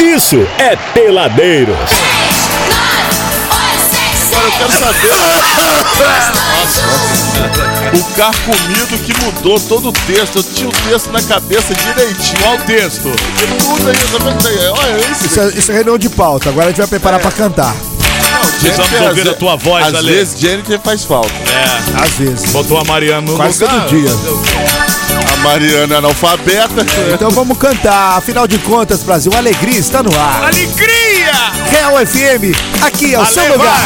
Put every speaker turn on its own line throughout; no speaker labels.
isso é Peladeiros.
Agora eu quero saber. o carro comido que mudou todo o texto. Eu tinha o texto na cabeça direitinho. Olha o texto. Muda isso, olha isso.
Isso é, isso é reunião de pauta. Agora a gente vai preparar pra cantar.
Jennifer,
Precisamos ouvir
às
a tua
ve-
voz,
Às
Ale.
vezes Jennifer faz falta.
É,
Às vezes.
botou a Mariana no
Quase
lugar.
todo dia.
A Mariana é analfabeta.
Então vamos cantar. Afinal de contas, Brasil, a alegria está no ar.
Alegria!
Real FM, aqui é o seu
Ale,
lugar.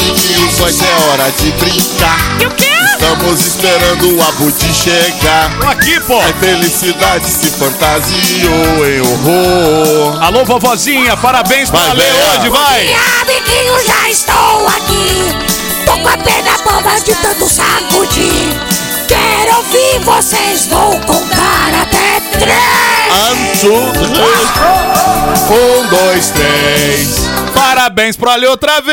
Isso hoje é hora de brincar.
E o quê?
Estamos esperando o Abuti chegar.
Tô aqui, pô.
A felicidade se fantasiou em horror.
Alô, vovozinha, parabéns pra
Vai,
Ale
Bea.
hoje, vai.
Ah, amiguinho, já estou aqui. Tô com a perna boba de tanto sacudir. Quero ouvir vocês, vou contar até três.
Um, two, three. Um, dois, três.
Parabéns pro Ale outra vez.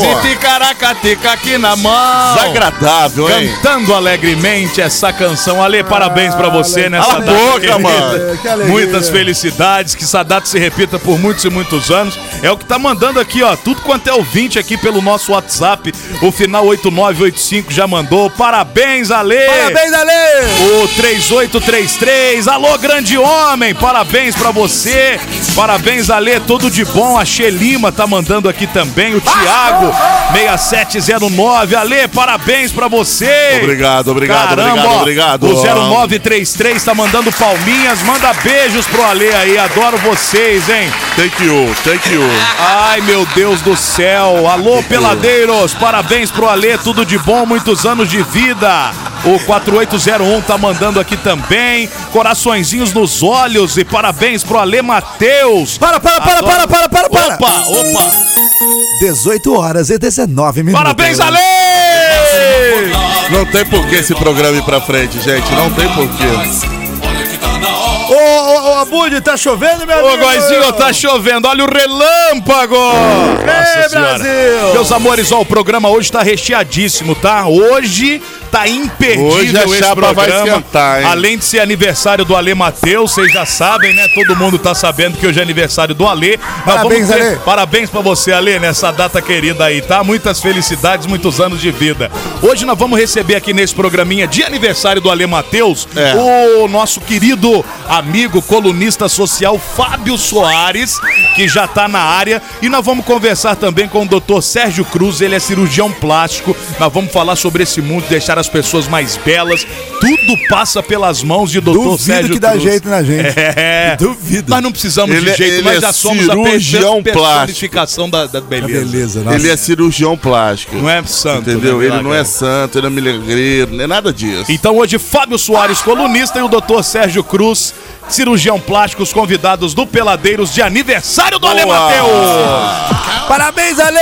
Ah, pô.
e ticaracatica aqui na mão.
Desagradável, hein?
Cantando alegremente essa canção. Ale, parabéns pra você nessa
Ah, Cala a
data.
boca,
querida.
mano.
Que alegria.
Muitas felicidades, que essa data se repita por muitos e muitos anos. É o que tá mandando aqui, ó. Tudo quanto é ouvinte aqui pelo nosso WhatsApp. O final 8985 já mandou. Parabéns, Ale!
Parabéns, Ale!
O 3833, alô grande homem, parabéns pra você, parabéns Alê, tudo de bom, a Xelima tá mandando aqui também, o Thiago
Ah,
6709, Alê, parabéns pra você.
Obrigado, obrigado,
Caramba, ó,
obrigado, obrigado.
O 0933 tá mandando palminhas, manda beijos pro Alê aí, adoro vocês, hein.
Thank you, thank you.
Ai, meu Deus do céu. Alô, peladeiros, parabéns pro Alê, tudo de bom, muitos anos de vida. O 4801 tá mandando aqui também. Coraçõezinhos nos olhos e parabéns pro Alê Matheus.
Para, para, para, para, para, para, para.
Opa, opa.
18 horas e 19 minutos.
Parabéns, Alê!
Não tem por que esse programa ir pra frente, gente. Não tem por que.
Ô, ô, ô, Abud, tá chovendo, meu
Ô,
amigo?
Góizinho, tá chovendo. Olha o relâmpago! Nossa Senhora.
Brasil!
Meus amores, ó, o programa hoje tá recheadíssimo, tá? Hoje tá imperdível
Hoje a
esse
chapa
programa.
vai esquentar, hein?
Além de ser aniversário do Ale Matheus, vocês já sabem, né? Todo mundo tá sabendo que hoje é aniversário do Ale. Nós
Parabéns,
vamos ter-
Ale.
Parabéns pra você, Ale, nessa data querida aí, tá? Muitas felicidades, muitos anos de vida. Hoje nós vamos receber aqui nesse programinha de aniversário do Ale Matheus
É.
o o nosso querido amigo colunista social Fábio Soares, que já tá na área, e nós vamos conversar também com o Dr. Sérgio Cruz, ele é cirurgião plástico. Nós vamos falar sobre esse mundo, deixar as pessoas mais belas. Tudo passa pelas mãos de Dr.
Duvido
Sérgio
que dá
Cruz.
jeito na gente.
É.
Duvido.
Nós não precisamos
Ele é-
de jeito,
ele
nós
é
já somos a
cirurgião
personificação da, da
Ah,
beleza.
Beleza, nossa.
Ele é cirurgião plástico.
Não é santo,
Entendeu?
né,
Ele não
Milagre?
é santo, ele é milagreiro, não é nada disso.
Então hoje Fábio Soares, colunista, e o Dr. Sérgio Cruz, cirurgião plástico, os convidados do Peladeiros de aniversário do Ale
Boa!
Mateus.
Parabéns, Ale!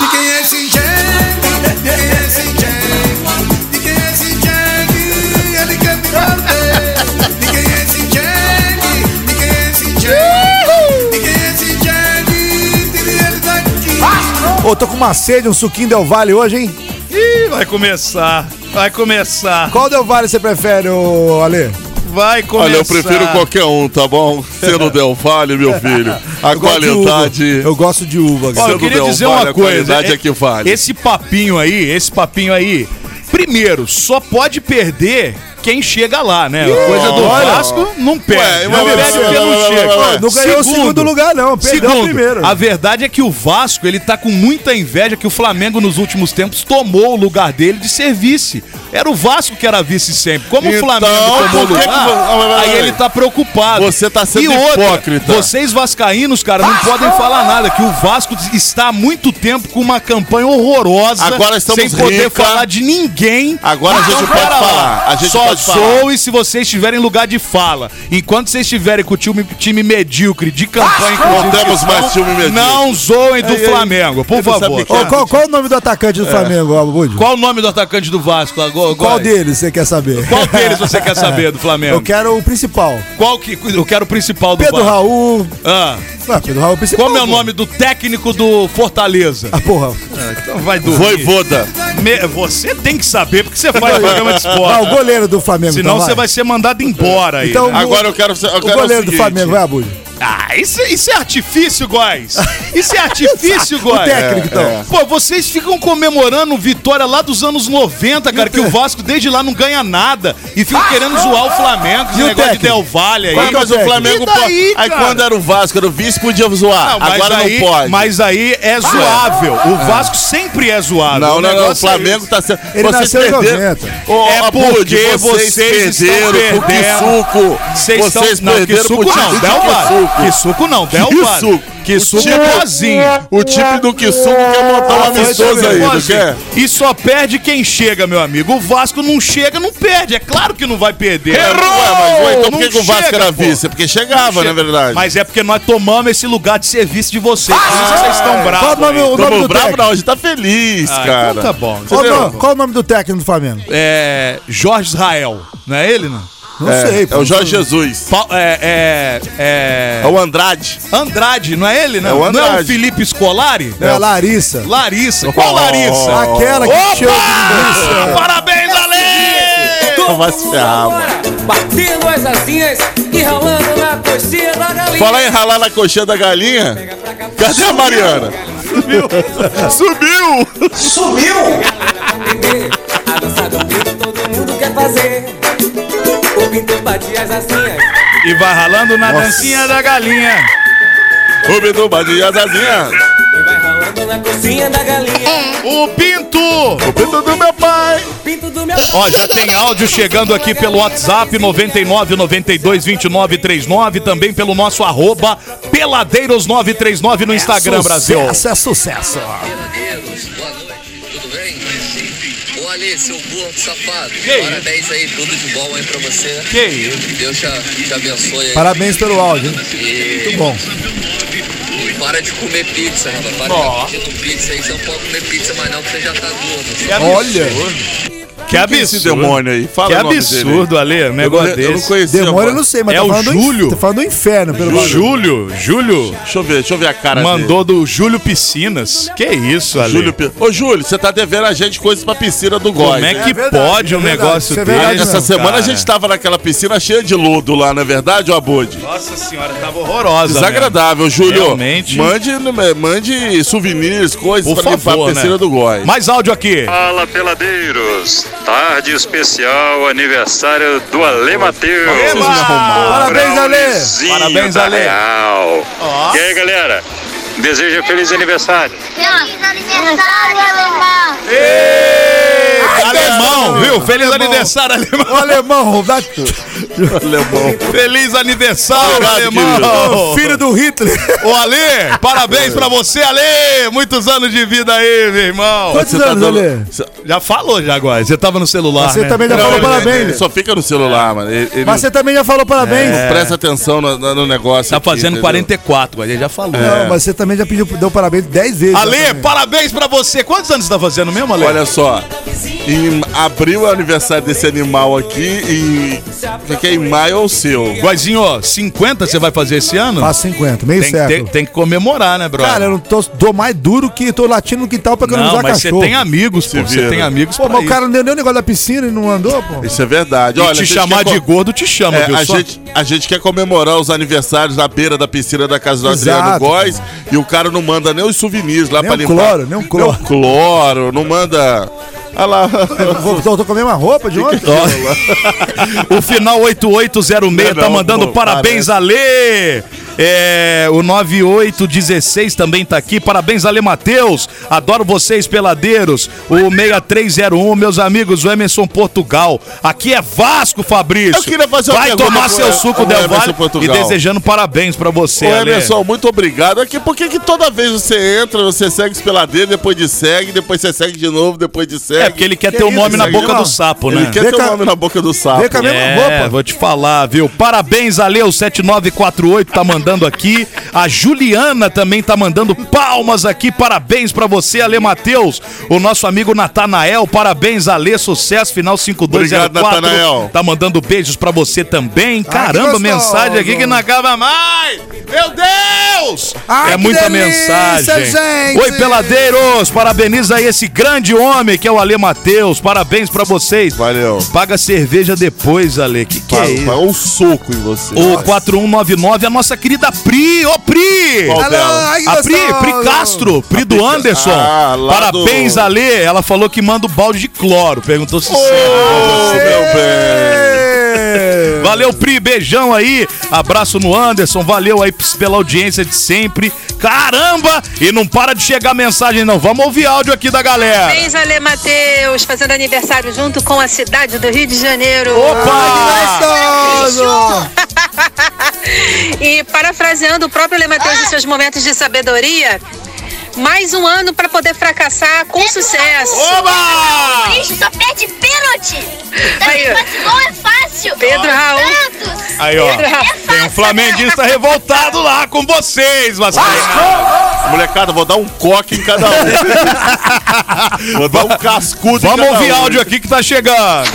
De quem é esse jegue? De quem é esse jegue? De quem é esse jegue? Ele quer me morder. De quem é esse jegue? De quem é esse jegue? De quem é esse jegue? Tire ele tá daqui.
Ô, tô com uma sede, um suquinho Del Vale hoje, hein?
Ih, vai começar, vai começar,
Qual Del Vale você prefere, ô, Ale?
vai começar.
Olha, eu prefiro qualquer um, tá bom? Sendo Del Vale, meu filho. A
Eu gosto de uva.
qualidade.
Eu gosto de uva,
Ó,
cara.
eu queria
Del
dizer
Valle,
uma
a
coisa.
qualidade é que vale.
Esse papinho aí, esse papinho aí, primeiro, só pode perder quem chega lá, né? A coisa do
olha.
Vasco não perde.
Ué,
não
ué,
perde
ué,
porque
ué,
não
ué,
chega.
ué, ué.
Não ganhou o segundo lugar, não. Perdeu
Segundo,
o primeiro.
a verdade é que o Vasco, ele tá com muita inveja que o Flamengo nos últimos tempos tomou o lugar dele de ser vice. Era o Vasco que era vice sempre. Como o
Então,
Flamengo tomou o
por que que
lugar,
vo- Ah, mas, mas,
aí
mas,
ele tá preocupado.
Você tá sendo
e outra,
hipócrita.
Vocês vascaínos, cara, não podem falar nada, que o Vasco está há muito tempo com uma campanha horrorosa,
Agora estamos
sem poder
rica.
falar de ninguém.
Agora a
Então,
gente pode
pera lá.
falar, a gente
Só
pode falar.
sou e se vocês estiverem em lugar de fala. Enquanto vocês estiverem com o time, time medíocre de campanha,
Não
inclusive,
temos
que
mais
são,
ah, time medíocre.
Não zoem do
Ei, ei,
Flamengo, por
ele não
favor. tá?
sabe
Ô,
que-
qual, qual o nome do atacante do Flamengo, Abud?
É. Qual o nome do atacante do Vasco agora?
Qual deles você quer saber?
Qual deles você quer saber do Flamengo?
Eu quero o principal.
Qual que eu quero o principal do
Pedro
Vasco?
Raul.
Ah,
Ah, Pedro Raul é o principal.
como é o
pô.
nome do técnico do Fortaleza?
Ah, porra.
Então vai dormir.
Voivoda.
Me- Você tem que saber porque você faz programa de
Ah, o
esporte.
goleiro do Flamengo,
Senão
então,
você vai ser mandado embora aí.
Então,
né?
Agora eu quero. Eu
O
quero
goleiro
o
do
seguinte,
Flamengo, vai, Abud.
Ah, isso, isso é artifício, Góis. Isso é artifício,
O
Góis.
técnico, então.
é.
Pô, vocês ficam comemorando vitória lá dos anos 90, cara, que o Vasco desde lá não ganha nada e ficam querendo zoar o Flamengo, esse
E o
negócio de
técnico?
Del Valle aí.
Ah,
que é o
mas o
técnico?
Flamengo
E daí,
pode. Aí
cara?
quando era o Vasco, era o vice, podia zoar.
é- Não, mas
Agora
aí-
não pode.
Mas aí é zoável. O Vasco sempre é zoável.
Não,
O
não, não. O
negócio é
Flamengo
esse.
tá sendo.
Ele nasceu em 90.
Ô,
É
Abud,
porque
vocês,
vocês estão
perderam pro
perdendo.
Kisuko.
Vocês estão...
Vocês
Não, que
perderam
suco
pro
não,
time
Del
do
Valle.
Kisuko.
Que suco não, Del
Que
Valle.
suco. é
Que suco é Ah, boazinho.
O time do Kisuko quer montar um amistoso aí, não quer?
E só perde quem chega, meu amigo. O Vasco não chega, não perde. É claro que não vai perder.
Ué, mas ué, então por
Não
que, que o Vasco
chega,
era
pô.
vice? É Porque chegava,
Chega.
na verdade.
Mas é porque nós tomamos esse lugar de serviço de vocês. Por isso que vocês
Ah,
estão
Qual o
bravos.
nome,
aí.
o nome
Tamo
do
bravo,
técnico?
não. A gente tá feliz,
Ah,
cara.
então tá bom.
Qual, o
Entendeu?
nome- qual o nome do técnico do Flamengo?
É, Jorge Israel, não é ele, não?
Não
É,
sei.
é o Jorge Jesus.
Pa- é, é,
É o Andrade.
é Andrade, não é ele, não?
É o
não é o
Andrade.
Felipe Scolari?
É a Larissa.
Larissa, qual Larissa?
Aquela que
Opa!
encheu de linguiça.
Parabéns, Ale!
Então vai se ferrar, mano.
Batendo as asinhas e ralando na coxinha da galinha.
Fala em ralar na coxinha da galinha. Cadê a Mariana? Subiu! Subiu!
Entender, A dança do pinto todo mundo quer fazer. O
então,
pinto bate as asinhas.
E vai ralando na dancinha da galinha.
O Bidu batia as
Um
asinhas.
E vai ralando na coxinha da galinha.
O Pinto!
O pinto do meu pai.
Pinto do meu.
Ó, já tem áudio chegando aqui pelo WhatsApp 99 92 29 39, também pelo nosso arroba peladeiros939 no Instagram, Brasil.
Sucesso é sucesso.
Peladeiros, boa noite, tudo bem? Ô Ale, seu gordo safado,
aí?
parabéns aí, tudo de bom aí pra você.
Que isso?
Que Deus te, te abençoe aí.
Parabéns pelo áudio. hein?
E
Muito bom.
para de comer pizza, rapaz. Para
Ó.
de comer pizza aí, você não pode comer pizza mais não, que você já tá gordo.
É.
Olha,
Que
é Esse
absurdo.
demônio aí. Fala
Que
o nome dele.
absurdo, Ale, um
Eu, não-
negócio
eu não
desse.
conhecia.
demônio eu
mano.
não sei, mas
É
tá
o
falando do in-
Júlio?
Tá falando do inferno, pelo menos.
Júlio, Júlio,
Deixa eu ver, deixa eu ver a cara
mandou do Júlio Piscinas. Que isso, Ale?
dele. Júlio Pe- Ô, Júlio, você tá devendo a gente coisas pra piscina do Góis.
Como é
hein?
que
É verdade,
pode um
é verdade,
negócio
isso é
desse?
verdade
Essa
Não,
semana
um cara?
a
tá
gente tava naquela piscina cheia de lodo lá, não é verdade, ô Abud?
Nossa senhora, tava horrorosa.
Desagradável, Júlio.
Realmente.
Mande, mande souvenirs, coisas
mesmo. Por
pra limpar
favor,
a piscina
né?
do Góis.
Mais áudio aqui.
Fala peladeiros, tarde especial, aniversário do Ale Matheus.
Vocês me arrumaram.
Parabéns, Ale.
Braulizinho
Parabéns,
da
Ale.
Real. E aí, galera? Desejo feliz aniversário.
Feliz aniversário, alemão!
tá
Alemão, viu? Feliz
Alemão.
aniversário,
O
alemão.
alemão, da...
Alemão.
Feliz aniversário,
Obrigado,
alemão.
o filho do Hitler.
Ô, Ale, parabéns pra você, Ale. Muitos anos de vida aí, meu irmão.
Quantos
tá
anos,
dando-
Ale?
Cê-
Já falou, já agora. Você tava no celular,
Você
né?
também já
Não,
falou
ele-
parabéns.
Ele só fica no celular, mano. Ele, ele
Mas você também já falou parabéns.
não presta atenção no, no- no
É.
negócio.
Tá
aqui,
fazendo
entendeu?
44, agora. Ele já falou. É.
Não, mas você também já pediu, deu parabéns 10 vezes. já
Ale,
também.
parabéns pra você. Quantos anos você tá fazendo mesmo, Ale?
Olha só, em abril é o aniversário desse animal aqui e. Como é que é? Em maio é o seu.
Guazinho, ó, 50 você vai fazer esse ano?
Faço 50, meio
Tem que,
certo.
ter- tem que comemorar, né, brother?
Cara, eu não tô, dou mais duro que tô latindo no quintal pra
não,
economizar
mas você
cachorro.
tem amigos, pô. Você
vira.
tem amigos
Pô,
pra
mas o
isso.
cara não deu nem o negócio da piscina e não andou, pô.
Isso é verdade.
E
Olha, a
te
gente
chamar
quer
de
co-
gordo te chama,
É,
Tá, viu?
a,
só?
gente, a gente quer comemorar os aniversários na beira da piscina da casa do
Exato.
Adriano Góes e o cara não manda nem os souvenirs lá
Nem
pra
o
limpar.
cloro, nem o cloro.
Nem o cloro, não manda. Olha lá.
é
Vou, tô, tô com a mesma roupa de ontem.
O final 8806
Não,
tá
não,
mandando
pô,
parabéns, Ale! É, o 9816 também tá aqui. Parabéns, Ale Matheus. Adoro vocês, peladeiros. O 6301, meus amigos, o Emerson Portugal. Aqui é Vasco, Fabrício.
Eu queria fazer uma
Vai
pergunta
tomar
pro
seu
E-
suco,
pro
Del
Emerson
Valle. E
Portugal.
desejando parabéns pra você,
Ô,
Ale.
Emerson, muito obrigado. Aqui, por que, que toda vez você entra, você segue os peladeiros, depois de segue, depois você segue de novo, depois de segue?
É porque ele quer
Que
ter o
isso,
nome na
Zagueiro?
boca do sapo, né?
Ele quer
Vem
ter o
cá-
nome na boca do sapo.
Vem com a mesma
É,
roupa.
vou te falar, viu? Parabéns, Ale, o 7948 tá mandando aqui. A Juliana também tá mandando palmas aqui. Parabéns pra você, Ale Matheus. O nosso amigo Natanael, parabéns, Ale, sucesso, final 5204.
Obrigado, Natanael.
Tá mandando beijos pra você também. Caramba,
Ah, gostoso.
mensagem aqui que não acaba mais. Meu Deus!
Ai,
é
que
muita
delícia,
mensagem.
gente!
Oi, peladeiros! Parabeniza aí esse grande homem que é o Ale Matheus. Parabéns pra vocês.
Valeu.
Paga cerveja depois, Ale. Que que é
Vai- vai
isso?
um soco em você.
O 4199 é a nossa querida Pri. Ô, Pri!
Qual
Alô,
dela?
ai, que
A Pri,
gostoso.
Pri Castro, Pri do Anderson.
Ah, lá do-
Parabéns, Ale. Ela falou que manda o balde de cloro. Perguntou se é serve.
Ô, meu bem.
Ê,
Valeu, Pri. Beijão aí. Abraço no Anderson. Valeu aí pela audiência de sempre. Caramba! E não para de chegar mensagem, não. Vamos ouvir áudio aqui da galera.
Parabéns, Ale Matheus, fazendo aniversário junto com a cidade do Rio de Janeiro.
Opa!
Gostoso!
E parafraseando o próprio Ale Matheus
Ah!
em seus momentos de sabedoria, mais um ano para poder fracassar com sucesso.
Oba!
Corinthians só perde pênalti.
Aí, ó.
Também faz gol é fácil.
Pedro Raul.
Santos.
Aí, ó.
É fácil.
Tem um flamenguista revoltado lá com vocês, Vasco.
Molecada, vou dar um coque em cada um. vou dar um cascudo em
Vamos
cada
ouvir
um.
áudio aqui que tá chegando.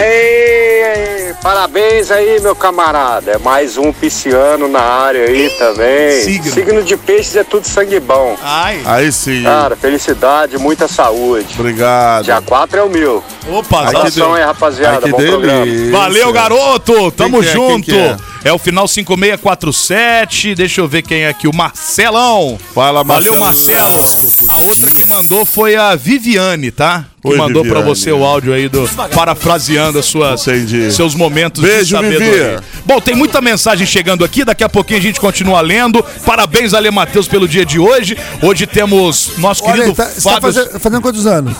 Aê! Parabéns aí, meu camarada. É mais um pisciano na área aí também.
signo.
de peixes é tudo sangue bom.
Ai.
Aí sim.
Cara, felicidade, muita saúde.
Obrigado.
Dia 4 é o meu.
Opa,
Ai, que
Zaz-
Abração
del-
aí,
Ai,
rapaziada.
que
Bom programa.
delícia.
Valeu, garoto! Tamo
que é? Quem
junto!
que é?
é? o final 5647. Deixa eu ver quem é aqui, o Marcelão.
Fala,
Valeu,
Marcelo.
Marcelo. A outra que mandou foi a Viviane, tá? Que
Oi,
mandou pra
Viviane.
você o áudio aí do parafraseando as suas
Entendi.
seus momentos de
Beijo,
sabedoria.
Vivi.
Bom, tem muita mensagem chegando aqui, daqui a pouquinho a gente continua lendo. Parabéns Ale Matheus pelo dia de hoje. Hoje temos nosso
Olha,
querido
ele tá, você tá
Fábio
fazendo, fazendo quantos anos?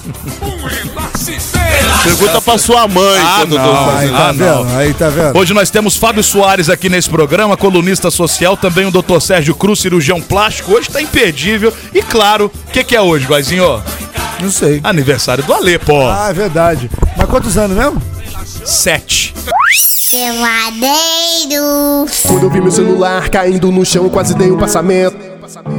Pergunta pra sua mãe
Ah,
quando eu tô
não.
fazendo.
tá
Ah, não.
vendo? Aí tá vendo?
Hoje nós temos Fábio Soares aqui nesse programa, colunista social, também o Dr. Sérgio Cruz, cirurgião plástico. Hoje tá imperdível. E claro, o que, que é hoje, Guazinho?
Não sei.
Aniversário do Ale, pô.
Ah, é verdade. Mas quantos anos mesmo?
Sete.
Peladeiros.
Quando eu vi meu celular caindo no chão, quase dei um passamento.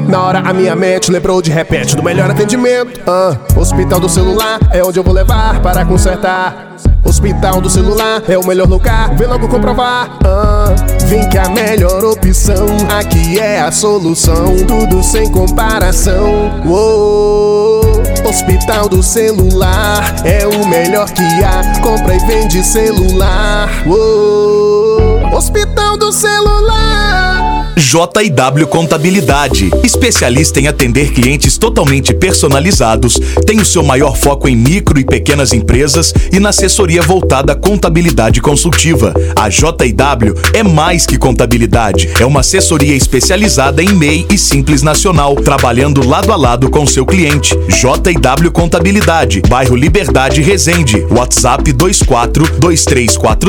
Na hora a minha mente lembrou de repente do melhor atendimento. Ah, hospital do celular é onde eu vou levar para consertar. Hospital do celular é o melhor lugar, vem logo comprovar. Ah, vem que a melhor opção aqui é a solução, tudo sem comparação. Uou, hospital do celular é o melhor que há, compra e vende celular. Uou, hospital do celular.
JW Contabilidade, especialista em atender clientes totalmente personalizados, tem o seu maior foco em micro e pequenas empresas e na assessoria voltada à contabilidade consultiva. A JW é mais que contabilidade, é uma assessoria especializada em MEI e Simples Nacional, trabalhando lado a lado com seu cliente. JW Contabilidade, bairro Liberdade Resende, WhatsApp 24 2340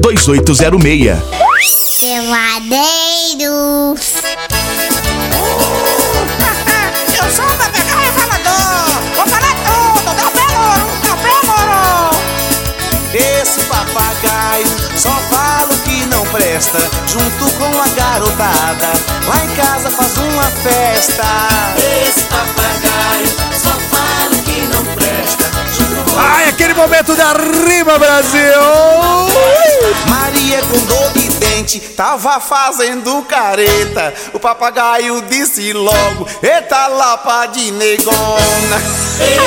2806.
Peladeiros.
Eu sou o papagaio revelador. Vou falar tudo. Dá
Esse papagaio só fala o que não presta. Junto com a garotada, lá em casa faz uma festa.
Ai, aquele momento da rima, Brasil!
Maria com dor de dente, tava fazendo careta. O papagaio disse logo: Eita lapa de negona.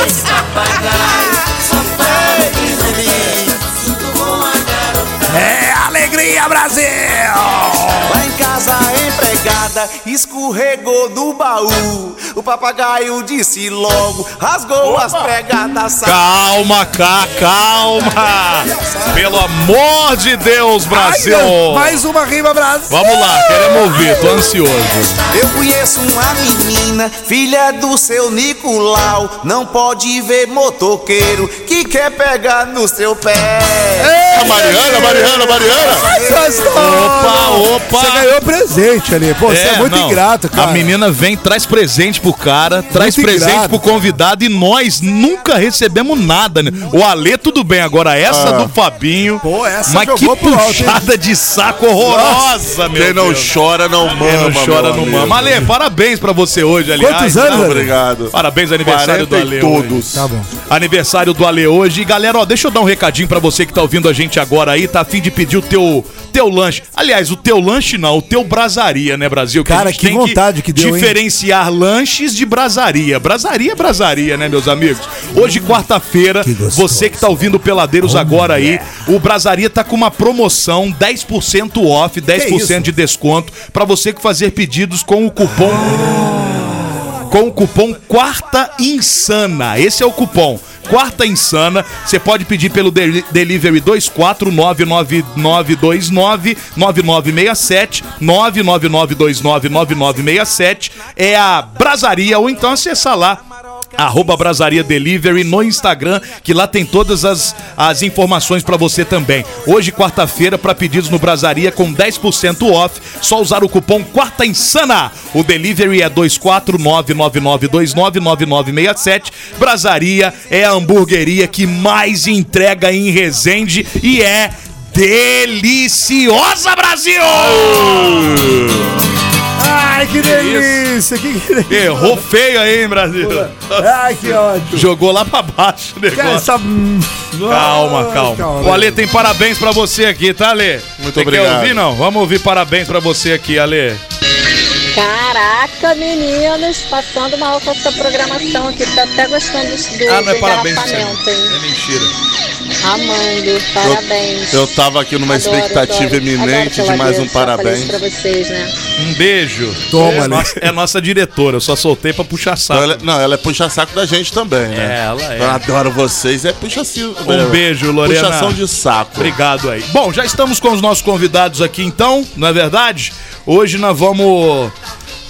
Esse papagaio só fala o que não presta.
É alegria, Brasil!
Lá em casa a empregada escorregou do baú. O papagaio disse logo, rasgou as pregadas. sa-
Calma, cá, calma. Pelo amor de Deus, Brasil.
Ai, mais uma rima, Brasil!
Vamos lá, queremos ouvir. Tô ansioso.
Eu conheço uma menina, filha do seu Nicolau. Não pode ver motoqueiro que quer pegar no seu pé.
A Mariana, Mariana, Mariana.
Gostoso!
Opa, opa.
Você ganhou presente ali. Pô, é muito ingrato, cara.
A menina vem, traz presente pro cara, traz
Muito
presente
ingrato.
pro convidado e nós nunca recebemos nada. Né? O Alê, tudo bem. Agora, essa
Ah.
do Fabinho. Pô,
essa
Mas que
jogou pro alto, hein?
puxada de saco horrorosa, meu
Quem não
Deus.
chora não mama.
Quem É, não chora
meu
não
amigo.
mama. Ale, parabéns pra você hoje, aliás.
Quantos anos,
Não,
Ale? Obrigado.
Parabéns, aniversário do
40
Ale.
e todos.
Tá bom. Aniversário do Ale hoje. E galera, ó, deixa eu dar um recadinho pra você que tá ouvindo a gente agora aí, tá a fim de pedir o teu, teu lanche. Aliás, o teu lanche não, o teu brasaria, né, Brasil?
Cara,
a gente
que vontade que deu, hein?
Diferenciar lanches de brasaria. Brasaria é brasaria, né, meus amigos? Hoje, quarta-feira, você que tá ouvindo Peladeiros agora aí, o Brasaria tá com uma promoção 10% off, 10% de desconto pra você que fazer pedidos com o cupom com o cupom Quarta Insana. Esse é o cupom. Quarta Insana, você pode pedir pelo deli- delivery 24999299967, 999299967, é a Brasaria, ou então acessa lá Arroba Brasaria Delivery no Instagram, que lá tem todas as, as informações pra você também. Hoje, quarta-feira, pra pedidos no Brasaria com 10% off, só usar o cupom Quarta Insana. O delivery é 24999299967. Brasaria é a hamburgueria que mais entrega em Resende e é deliciosa, Brasil!
Ai, que delícia! Que delícia!
Errou feio aí, hein, Brasil?
Ai, que ótimo!
Jogou lá pra baixo o negócio.
Cara, essa...
Calma, calma.
calma.
O Ale tem parabéns pra você aqui, tá, Ale? Muito Quer
obrigado.
ouvir, não? Vamos ouvir parabéns pra você aqui, Ale.
Caraca, meninos, passando mal com essa programação aqui. Tô até gostando dos do
Ah, não é parabéns,
engarrafamento, hein?
É Mentira.
Amando, parabéns.
Eu tava aqui numa
Adoro,
expectativa
adoro,
iminente
adoro
de mais um
Peladeiros, já falei isso
parabéns.
pra vocês, né?
Um beijo.
Toma,
é,
Ale.
Nossa, é nossa diretora, eu só soltei pra puxar saco.
Não ela, não, ela é puxa-saco da gente também, né?
É, ela é.
Eu adoro vocês. É puxa-saco.
Um beijo, Lorena.
Puxação de saco.
Obrigado aí. Bom, já estamos com os nossos convidados aqui então, não é verdade? Hoje nós vamos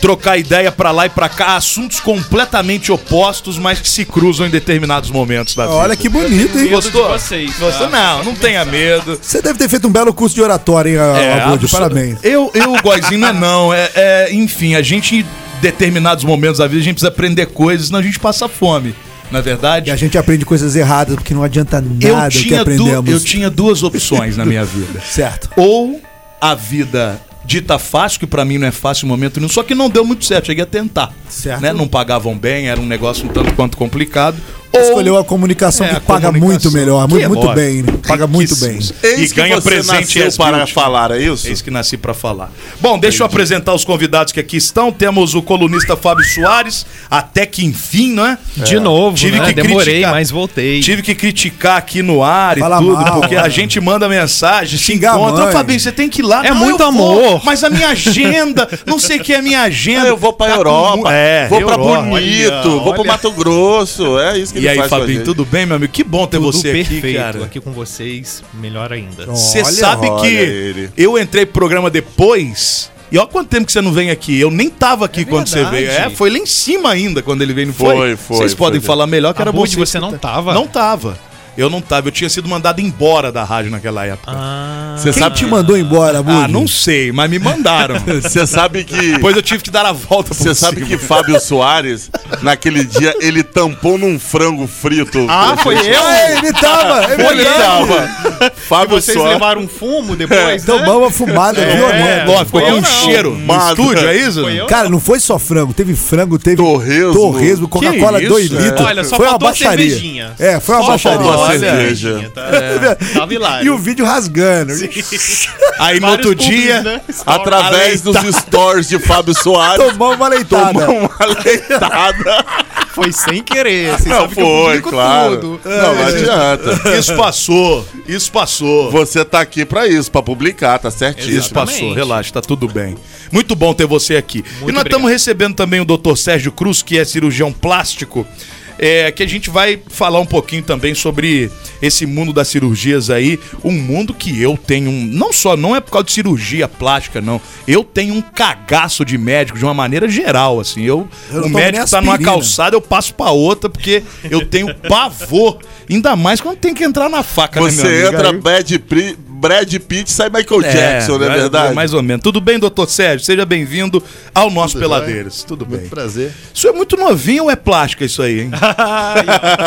trocar ideia pra lá e pra cá, assuntos completamente opostos, mas que se cruzam em determinados momentos da vida.
Olha que bonito, hein?
Gostou?
tá?
Gostou? Não, não tenha medo.
Você deve ter feito um belo curso de oratória, hein, Abud?
abso-
Parabéns.
É, Eu, eu Góizinho, não é não. É, é, enfim, a gente, em determinados momentos da vida, a gente precisa aprender coisas, senão a gente passa fome. Na verdade,
E a gente aprende coisas erradas, porque não adianta nada
eu
o que
tinha, du-
aprendemos.
eu tinha duas opções na minha vida.
Certo.
Ou a vida dita fácil, que pra mim não é fácil em momento nenhum, só que não deu muito certo, cheguei a tentar.
Certo.
Né? Não pagavam bem, era um negócio um tanto quanto complicado. Ou
Escolheu a comunicação
É, a
que paga muito melhor,
Que
muito,
é
muito
lógico.
bem, né? Paga muito bem.
e ganha presente
nasceu para
falar, é isso? Eis que nasci para falar. Bom, deixa eu apresentar os convidados que aqui estão. Temos o colunista Fábio Soares, até que enfim, né?
De
É.
novo, né? Demorei,
mas voltei. Tive que criticar aqui no ar
Fala
e tudo,
mal,
porque
né?
a gente manda mensagem, se
Xingar a
encontra.
mãe.
Ô, Fabinho, você tem que ir lá.
É muito
eu vou,
amor.
mas a minha agenda, não sei o que é a minha
Ah,
agenda. Eu vou para
Europa,
Tá É,
vou pra
Europa.
Bonito,
Olha,
vou pro
olha.
Mato Grosso. É isso que
E
ele
aí,
faz com a
Fabinho,
gente.
tudo bem, meu amigo? Que bom ter
Tudo
você aqui,
perfeito.
cara.
aqui com vocês, melhor ainda.
Você sabe que eu entrei pro programa depois. E olha quanto tempo que você não vem aqui. Eu nem tava aqui quando você
verdade.
veio. É, foi lá em cima ainda quando ele veio, não foi?
Foi, foi,
Vocês
foi
podem
mesmo.
falar melhor que era
Abud,
você.
você
que
não
tá-
tava?
Não tava. Eu não tava. Eu tinha sido mandado embora da rádio naquela época.
Ah.
Quem te mandou embora, Abud?
Ah, não sei, mas me mandaram.
Você sabe que.
Depois eu tive que dar a volta por
Você sabe
cima.
que Fábio Soares, naquele dia, ele tampou num frango frito.
Ah, foi eu?
Ah, ele tava, é
Foi, ele
verdade.
tava.
E
Fábio
vocês
Soares.
levaram um fumo depois,
Então
né?
vamos uma fumada
É,
violenta.
não, ficou Foi com eu um não. cheiro no
Mas-
estúdio, é isso? Foi eu
Cara, não foi só frango. Teve frango, teve torresmo,
Que
Coca-Cola
isso,
2
é.
litros.
Olha, só
foi uma
faltou a
baixaria.
cervejinha.
É, foi uma
Só
baixaria.
faltou a Olha. cerveja.
Tá, é. Tava hilário.
E o vídeo rasgando.
Aí no
Vários
outro dia,
públicos, né? através dos stories de Fábio Soares.
Tomou uma leitada.
Tomou uma leitada.
Foi sem querer. Vocês
Não,
sabem que eu
foi,
publico
claro.
tudo.
Não,
É.
não adianta.
Isso passou, isso passou.
Você tá aqui pra isso, pra publicar, tá certíssimo.
Isso passou, relaxa, tá tudo bem. Muito bom ter você aqui. e nós estamos recebendo também o Dr. Sérgio Cruz, que é cirurgião plástico, é, que a gente vai falar um pouquinho também sobre esse mundo das cirurgias aí, um mundo que eu tenho, um, não só, não é por causa de cirurgia plástica, não, eu tenho um cagaço de médico de uma maneira geral, assim, eu,
Eu
o
tomo
médico
nem
tá numa
aspirina.
calçada, eu passo pra outra, porque eu tenho pavor, ainda mais quando tem que entrar na faca, né, meu
Você
amigo?
entra
Aí-
bad, pri- Brad Pitt sai Michael
É,
Jackson, não é
mais-
verdade?
Mais ou menos. Tudo bem, doutor Sérgio? Seja bem-vindo ao nosso Peladeiros. Tudo bem. prazer. Isso é muito novinho ou é plástica isso aí, hein?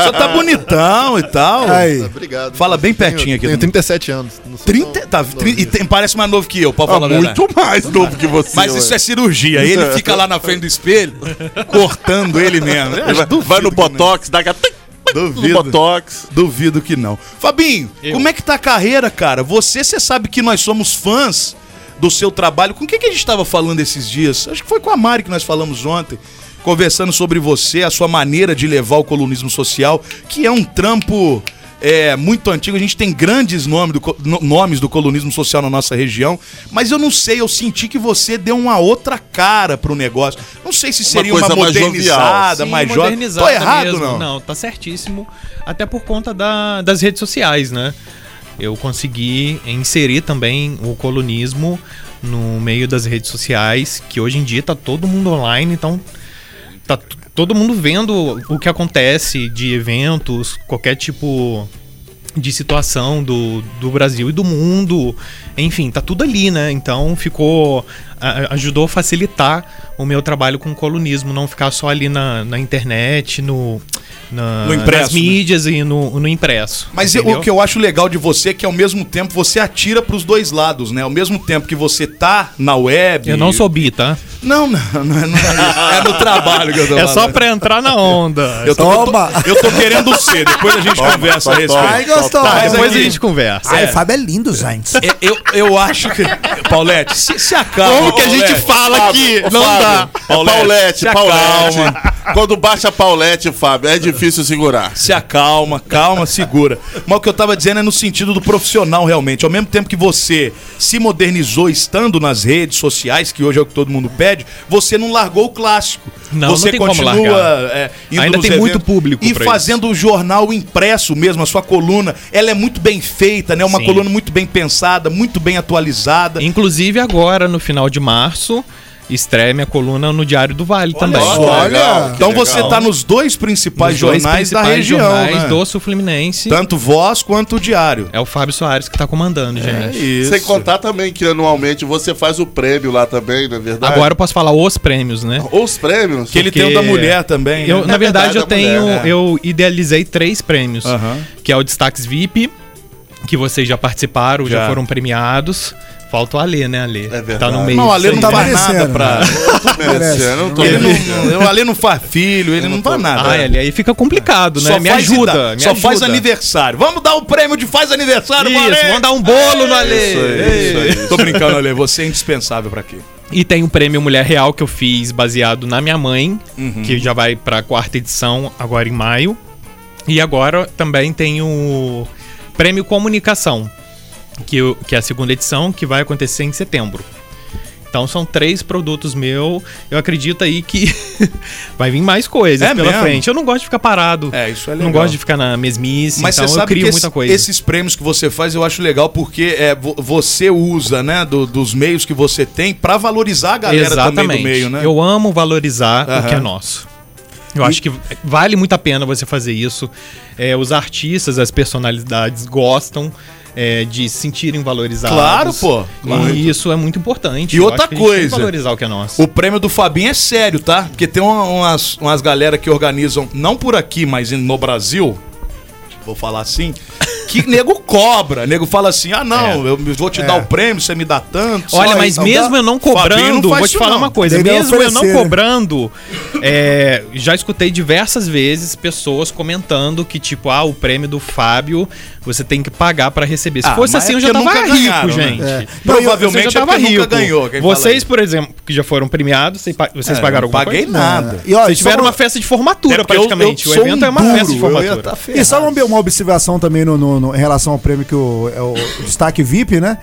Só tá bonitão e tal.
Aí. Obrigado.
Fala bem pertinho aqui.
Tenho
do-
37 anos. Não sou assim.
30, tá, tri- e tem- parece mais novo que eu, pode
Ah,
falar a verdade.
muito mais novo que você,
Mas
ué.
isso é cirurgia. Ele
É.
fica lá na frente do espelho, cortando ele mesmo.
Ele vai- vai no
é.
Botox, dá aquela...
né? Duvido. Botox. Duvido que não. Fabinho, como é que tá a carreira, cara? Você, você sabe que nós somos fãs do seu trabalho. Com o que, que a gente estava falando esses dias? Acho que foi com a Mari que nós falamos ontem. Conversando sobre você, a sua maneira de levar o colunismo social, que é um trampo é, muito antigo. A gente tem grandes nome do co- no- nomes do colunismo social na nossa região, mas eu não sei, eu senti que você deu uma outra cara pro negócio. Não sei se seria uma, modernizada,
Sim,
mais jovem. Tô errado,
mesmo.
não?
Não, tá certíssimo. Até por conta da- das redes sociais, né? Eu consegui inserir também o colonismo no meio das redes sociais, que hoje em dia tá todo mundo online, então tá t- todo mundo vendo o que acontece de eventos, qualquer tipo de situação do, do Brasil e do mundo. Enfim, tá tudo ali, né? Então ficou. a- ajudou a facilitar o meu trabalho com colunismo, não ficar só ali na, na internet, no. na-
No impresso,
nas
né?
mídias e no, no impresso.
Mas eu- o que eu acho legal de você é que ao mesmo tempo você atira pros dois lados, né? Ao mesmo tempo que você tá na web.
Eu não sou bi, tá?
Não, não, não, é no- é no trabalho que eu tô
É só
falando.
pra entrar na onda.
Eu tô, eu tô- Eu, tô, querendo ser, depois a gente
Toma,
conversa a
toma,
respeito.
toma, Ai, gostou. toma. Depois a gente conversa.
É.
Ai, Fábio
é lindo, gente. Ah, Eu, eu acho que. Paulette, se, se acalma.
Como que a gente
Paulette.
fala aqui? Não dá.
Paulette,
Paulette,
se
Paulette.
acalma.
Quando baixa Paulette, Fábio, é difícil segurar.
Se acalma, calma, segura. Mas o que eu tava dizendo é no sentido do profissional, realmente. Ao mesmo tempo que você se modernizou estando nas redes sociais, que hoje é o que todo mundo pede, você não largou o clássico.
Não,
você
não tem como
continua
largar.
é,
Ainda
nos
tem muito público
E
pra
fazendo o jornal impresso mesmo, a sua coluna. Ela é muito bem feita, né? Uma
Sim.
coluna muito bem pensada, muito bem atualizada.
Inclusive agora, no final de março, estreia É, minha coluna no Diário do Vale também.
só, olha. Então você tá nos dois principais
Nos dois
jornais da
principais
região.
jornais
né?
do Sul Fluminense.
Tanto voz quanto o diário.
É o Fábio Soares que tá
É.
comandando, gente.
Sem contar também que anualmente você faz o prêmio lá também, não é verdade?
Agora eu posso falar os prêmios, né?
Os prêmios.
Porque
É, né?
Eu, na verdade, eu tenho. Eu idealizei três prêmios. Que é o Destaques VIP, que vocês já participaram, já,
Já.
foram premiados. Falta o Alê, né, Alê? É verdade. Tá no meio.
Não, o Alê
disso
não
aí,
tá
né?
mais nada pra. Ele não- O Alê não faz filho, ele não faz nada.
Ah, ele aí fica complicado, né?
Só
me
faz
ajuda.
ida-
me
só faz
ajuda.
aniversário. Vamos dar o prêmio de faz aniversário,
Isso,
Alê!
vamos dar um bolo no Alê.
Isso aí, isso aí, isso aí. Tô brincando, Alê, você é indispensável pra quê?
E tem o prêmio Mulher Real que eu fiz baseado na minha mãe,
Uhum.
que já vai pra quarta edição agora em maio. E agora também tem o prêmio Comunicação, que, eu- que é a segunda edição, que vai acontecer em setembro. Então são três produtos meu. Eu acredito aí que vai vir mais coisas
É
pela
mesmo?
frente. Eu não gosto de ficar parado.
É, isso é
Não
legal.
gosto de ficar na mesmice,
Mas
então
você
eu
sabe
crio
que
muita
esse-
coisa.
esses prêmios que você faz eu acho legal porque é, vo- você usa, né, do- dos meios que você tem pra valorizar a galera também do meio, né?
Eu amo valorizar
Aham.
o que é nosso. Eu acho que vale muito a pena você fazer isso. É, os artistas, as personalidades gostam é, de se sentirem valorizados.
Claro, pô. Claro.
E isso é muito importante.
E
Eu
outra
acho que a gente tem que
coisa.
valorizar o que é nosso.
O prêmio do Fabinho é sério, tá? Porque tem uma- umas, umas galera que organizam, não por aqui, mas no Brasil, vou falar assim, que nego cobra. Nego fala assim: ah, não, eu vou te dar o prêmio, você me dá tanto.
É. Olha,
só
mas
isso.
mesmo eu não
Fabinho
cobrando,
não faz
vou te
isso,
falar
não.
uma coisa,
Deve
mesmo eu não
oferecer, né?
cobrando, é, já escutei diversas vezes pessoas comentando que, tipo, ah, o prêmio do Fábio você tem que pagar pra receber. Se
Ah,
fosse
mas
assim,
é
eu já
porque
tava
nunca
rico,
ganharam, né?
gente.
É.
Não,
Provavelmente
eu já
é
tava
porque
rico. é
nunca ganhou, quem fala
Vocês, por exemplo, que já foram premiados, vocês pa- vocês
É,
pagaram
não
alguma
paguei
coisa?
nada.
Não.
E, ó, e
Vocês tiveram
só uma-
uma festa de formatura,
Até É porque eu-
praticamente.
eu
o
sou
evento
um
é uma festa de
duro, eu ia
formatura.
tá
E só uma, uma observação também no, no- no- em relação ao prêmio que o, é o destaque VIP, né?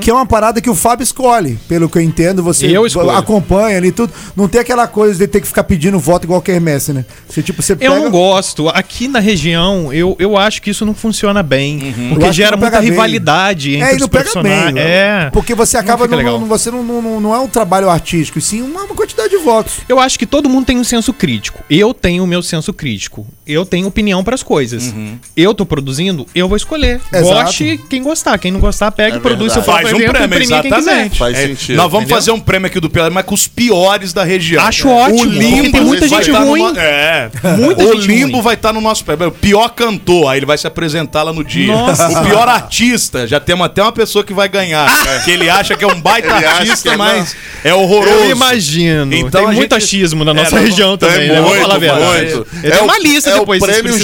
Que é uma parada que o Fábio escolhe, pelo que eu entendo, você
Uhum. Eu escolho.
acompanha ali tudo. Não tem aquela coisa de ter que ficar pedindo voto igual quermesse, né? Você tipo, você
Eu não gosto. Aqui na região, eu, eu acho que isso não funciona bem.
Uhum.
Eu acho
Porque
que
gera
não
muita
pega bem.
rivalidade
É,
entre
e não
os
pega
profissionais.
bem.
né?
É.
Porque você
Não
acaba
fica
não,
legal.
não- você não, não, não é um trabalho artístico, e sim uma, uma quantidade de votos.
Eu acho que todo mundo tem um senso crítico. Eu tenho o meu senso crítico. eu tenho opinião pras coisas. Eu tô produzindo, eu vou escolher.
Uhum. Exato.
Goste quem gostar. Quem não gostar, pega e produz seu próprio
Faz um
evento,
prêmio,
imprimir quem
exatamente.
quiser.
É, Nós vamos fazer um prêmio aqui do Pelé, mas com os piores da região. É.
Acho ótimo,
O
porque
Limbo
tem muita
vai
gente
tá no
ruim.
no- É.
Muita
o
gente
Limbo vai estar no nosso prêmio. O pior cantor, aí ele vai se apresentar lá no dia.
Nossa. Ah!
O pior artista, já temos até uma pessoa que vai ganhar. Que ele acha que é um baita
Ele acha
artista,
que é,
mas
não.
é horroroso.
Eu imagino.
Então
Tem muito achismo
É,
na nossa região também, né? Vamos
Muito,
falar a verdade.
muito.
É
Eu tenho uma lista depois, se vocês precisarem.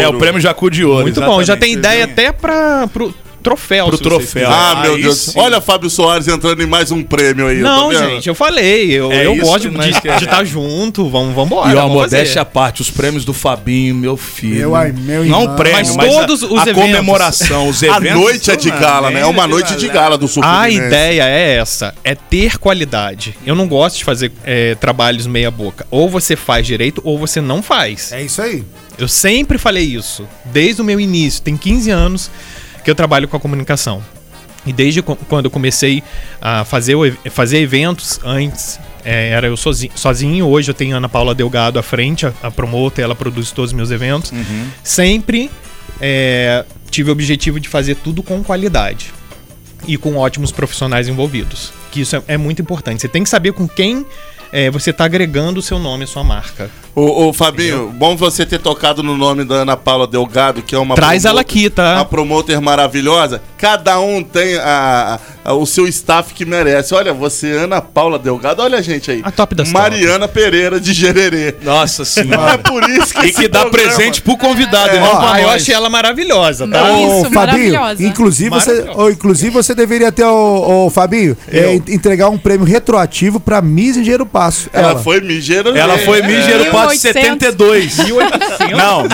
É o prêmio Jacu de Ouro.
Muito bom, já tem
exatamente.
ideia até pra, pro troféu.
Pro
se vocês
troféu.
quiserem.
Ah, meu Deus. Olha Fábio Soares entrando em mais um prêmio aí.
Não,
tá vendo?
gente, eu falei. Eu,
É
eu
isso
gosto
que
de
nós
estar
queremos.
junto. Vamos, vamos embora.
E ó,
vamos
modéstia é à
fazer.
parte, os prêmios do Fabinho, meu filho.
Meu ai- meu
Não
irmão.
prêmio, mas,
Mas todos
a,
os
a
eventos.
comemoração, os
A
eventos.
noite é de gala, né? É uma noite de gala do
A
Sul-Fluminense.
ideia é essa, é ter qualidade. Eu não gosto de fazer é, trabalhos meia boca. Ou você faz direito ou você não faz.
É isso aí.
Eu sempre falei isso, desde o meu início. Tem 15 anos que eu trabalho com a comunicação. E desde co- quando eu comecei a fazer, o ev- fazer eventos, antes é, era eu sozinho, sozinho. Hoje eu tenho a Ana Paula Delgado à frente, a, a promoter, ela produz todos os meus eventos. Sempre é, tive o objetivo de fazer tudo com qualidade e com ótimos profissionais envolvidos. Que isso é, é muito importante. Você tem que saber com quem é, você está agregando o seu nome, a sua marca.
Ô, ô, Fabinho, bom você ter tocado no nome da Ana Paula Delgado, que é uma.
Traz
promoter-
ela aqui, tá?
Uma promoter maravilhosa. Cada um tem a- a- o seu staff que merece. Olha, você, Ana Paula Delgado, olha a gente aí. A top das Mariana Pereira de Gererê.
Nossa
senhora. é por isso que
E que dá presente pro convidado, e não pra
Ah, eu
nós.
achei ela maravilhosa, tá?
Ô, Fabinho, inclusive você, ô, inclusive você deveria ter, o, Fabinho, é, en- entregar um prêmio retroativo pra Miss Engenheiro Passo.
Ela, foi É. Migeiro
Ela foi Miss Engenheiro Passo de 72.
1800?
Não,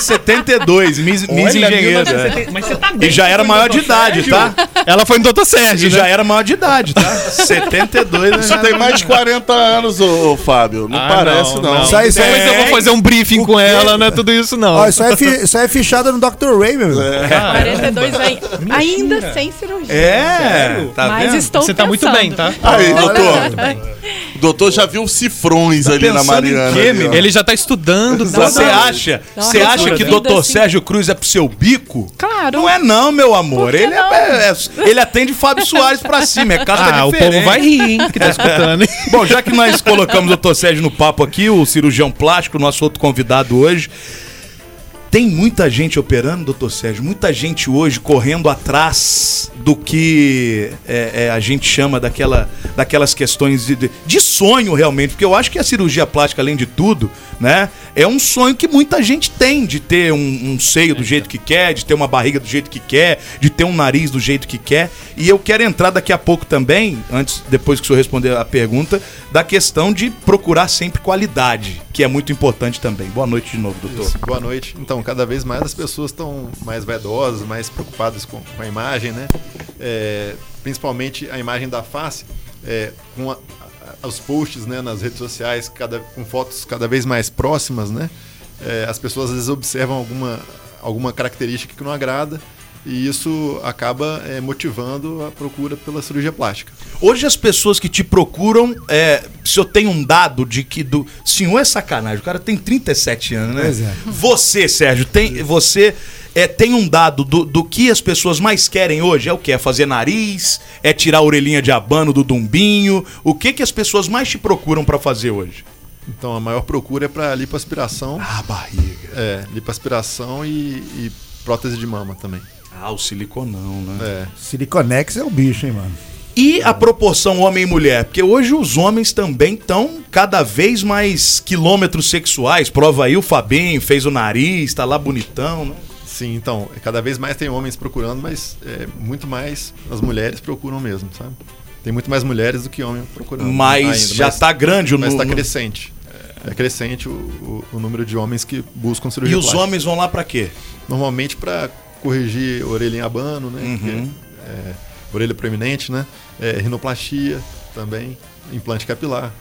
1972. Miss, Miss
Olha,
Engenheiro.
1970, mas você tá
E
bem,
já
você
era
foi no
maior de
Dr.
idade,
Sérgio?
tá?
né? Ela foi no Doutor Sérgio. né?
E já era maior de idade, tá? 72, né?
Isso tem mais de 40 anos, ô, ô, Fábio. Não
Ah,
parece, não.
não, não. Isso aí, isso aí- Depois eu vou fazer um briefing com ela, não é tudo isso, não.
é, Ó, isso, aí é fi, isso aí é fichada no Dr. Ray, meu irmão.
É.
Caramba.
42 ai- ainda sem cirurgia.
É, tá
Mas
vendo?
estou
Você tá muito
pensando.
bem, tá? Aí, doutor. O doutor já viu cifrões
Tá
ali na Mariana. ali, ó.
Ele já tá estudando.
Você acha, você acha que Dr.
assim.
Sérgio Cruz é pro seu bico?
Claro.
Não é não, meu amor. Ele, é- é- é- ele atende Fábio Soares pra cima, é casta
Ah, o
diferente.
povo vai rir, hein, que tá escutando, hein?
Bom, já que nós colocamos o Dr. Sérgio no papo aqui, o cirurgião plástico, nosso outro convidado hoje, tem muita gente operando, doutor Sérgio, muita gente hoje correndo atrás do que é, é, a gente chama daquela, daquelas questões de, de- de sonho realmente, porque eu acho que a cirurgia plástica, além de tudo, né, é um sonho que muita gente tem de ter um, um seio do jeito que quer, de ter uma barriga do jeito que quer, de ter um nariz do jeito que quer. E eu quero entrar daqui a pouco também, antes, depois que o senhor responder a pergunta, da questão de procurar sempre qualidade, que é muito importante também. Boa noite de novo, doutor.
Isso, boa noite. Então, cada vez mais as pessoas estão mais vaidosas, mais preocupadas com, com a imagem, né? É, principalmente a imagem da face, é, com a- a- os posts né, nas redes sociais, cada, com fotos cada vez mais próximas, né? É, as pessoas às vezes observam alguma, alguma característica que não agrada e isso acaba é, motivando a procura pela cirurgia plástica.
Hoje as pessoas que te procuram, é, se eu tenho um dado de que do senhor é sacanagem, o cara tem 37 anos, né?
Pois é.
Você, Sérgio, tem você é, tem um dado do, do que as pessoas mais querem hoje? É o que? É fazer nariz? É tirar a orelhinha de abano do dumbinho? O que que as pessoas mais te procuram pra fazer hoje?
Então a maior procura é para lipoaspiração.
Ah, barriga.
É, lipoaspiração e, e prótese de mama também.
Ah, o siliconão,
né? É.
Siliconex é o bicho, hein, mano.
E a proporção homem e mulher? Porque hoje os homens também estão cada vez mais quilômetros sexuais. Prova aí o Fabinho, fez o nariz, tá lá bonitão, né?
Sim, então, cada vez mais tem homens procurando, mas é, muito mais as mulheres procuram mesmo, sabe? Tem muito mais mulheres do que homens procurando.
Mas já tá grande o
Mas tá
número.
crescente. É crescente o, o- o número de homens que buscam
E
cirurgia
os
plástica.
homens vão lá pra quê?
Normalmente para corrigir orelha em abano, né?
Uhum.
Que é- é, orelha proeminente, né? É, rinoplastia também, implante capilar.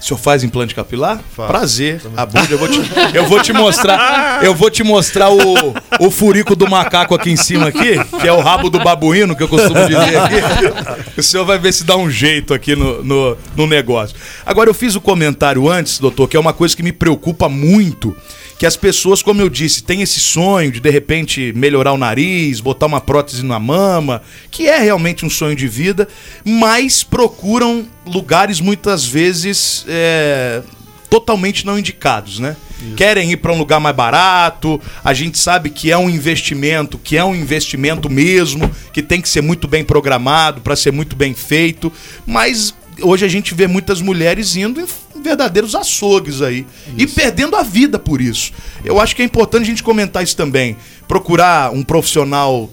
O senhor faz implante capilar?
Faço.
Prazer.
Também.
A bunda, eu vou te, eu vou te mostrar. Eu vou te mostrar o, o furico do macaco aqui em cima aqui, que é o rabo do babuíno, que eu costumo dizer aqui. O senhor vai ver se dá um jeito aqui no, no, no negócio. Agora, eu fiz o comentário antes, doutor, que é uma coisa que me preocupa muito, que que as pessoas, como eu disse, têm esse sonho de de repente melhorar o nariz, botar uma prótese na mama, que é realmente um sonho de vida, mas procuram lugares muitas vezes é, totalmente não indicados, né? Querem ir para um lugar mais barato, a gente sabe que é um investimento, que é um investimento mesmo, que tem que ser muito bem programado para ser muito bem feito, mas hoje a gente vê muitas mulheres indo em verdadeiros açougues aí e perdendo a vida por isso. Eu acho que é importante a gente comentar isso também, procurar um profissional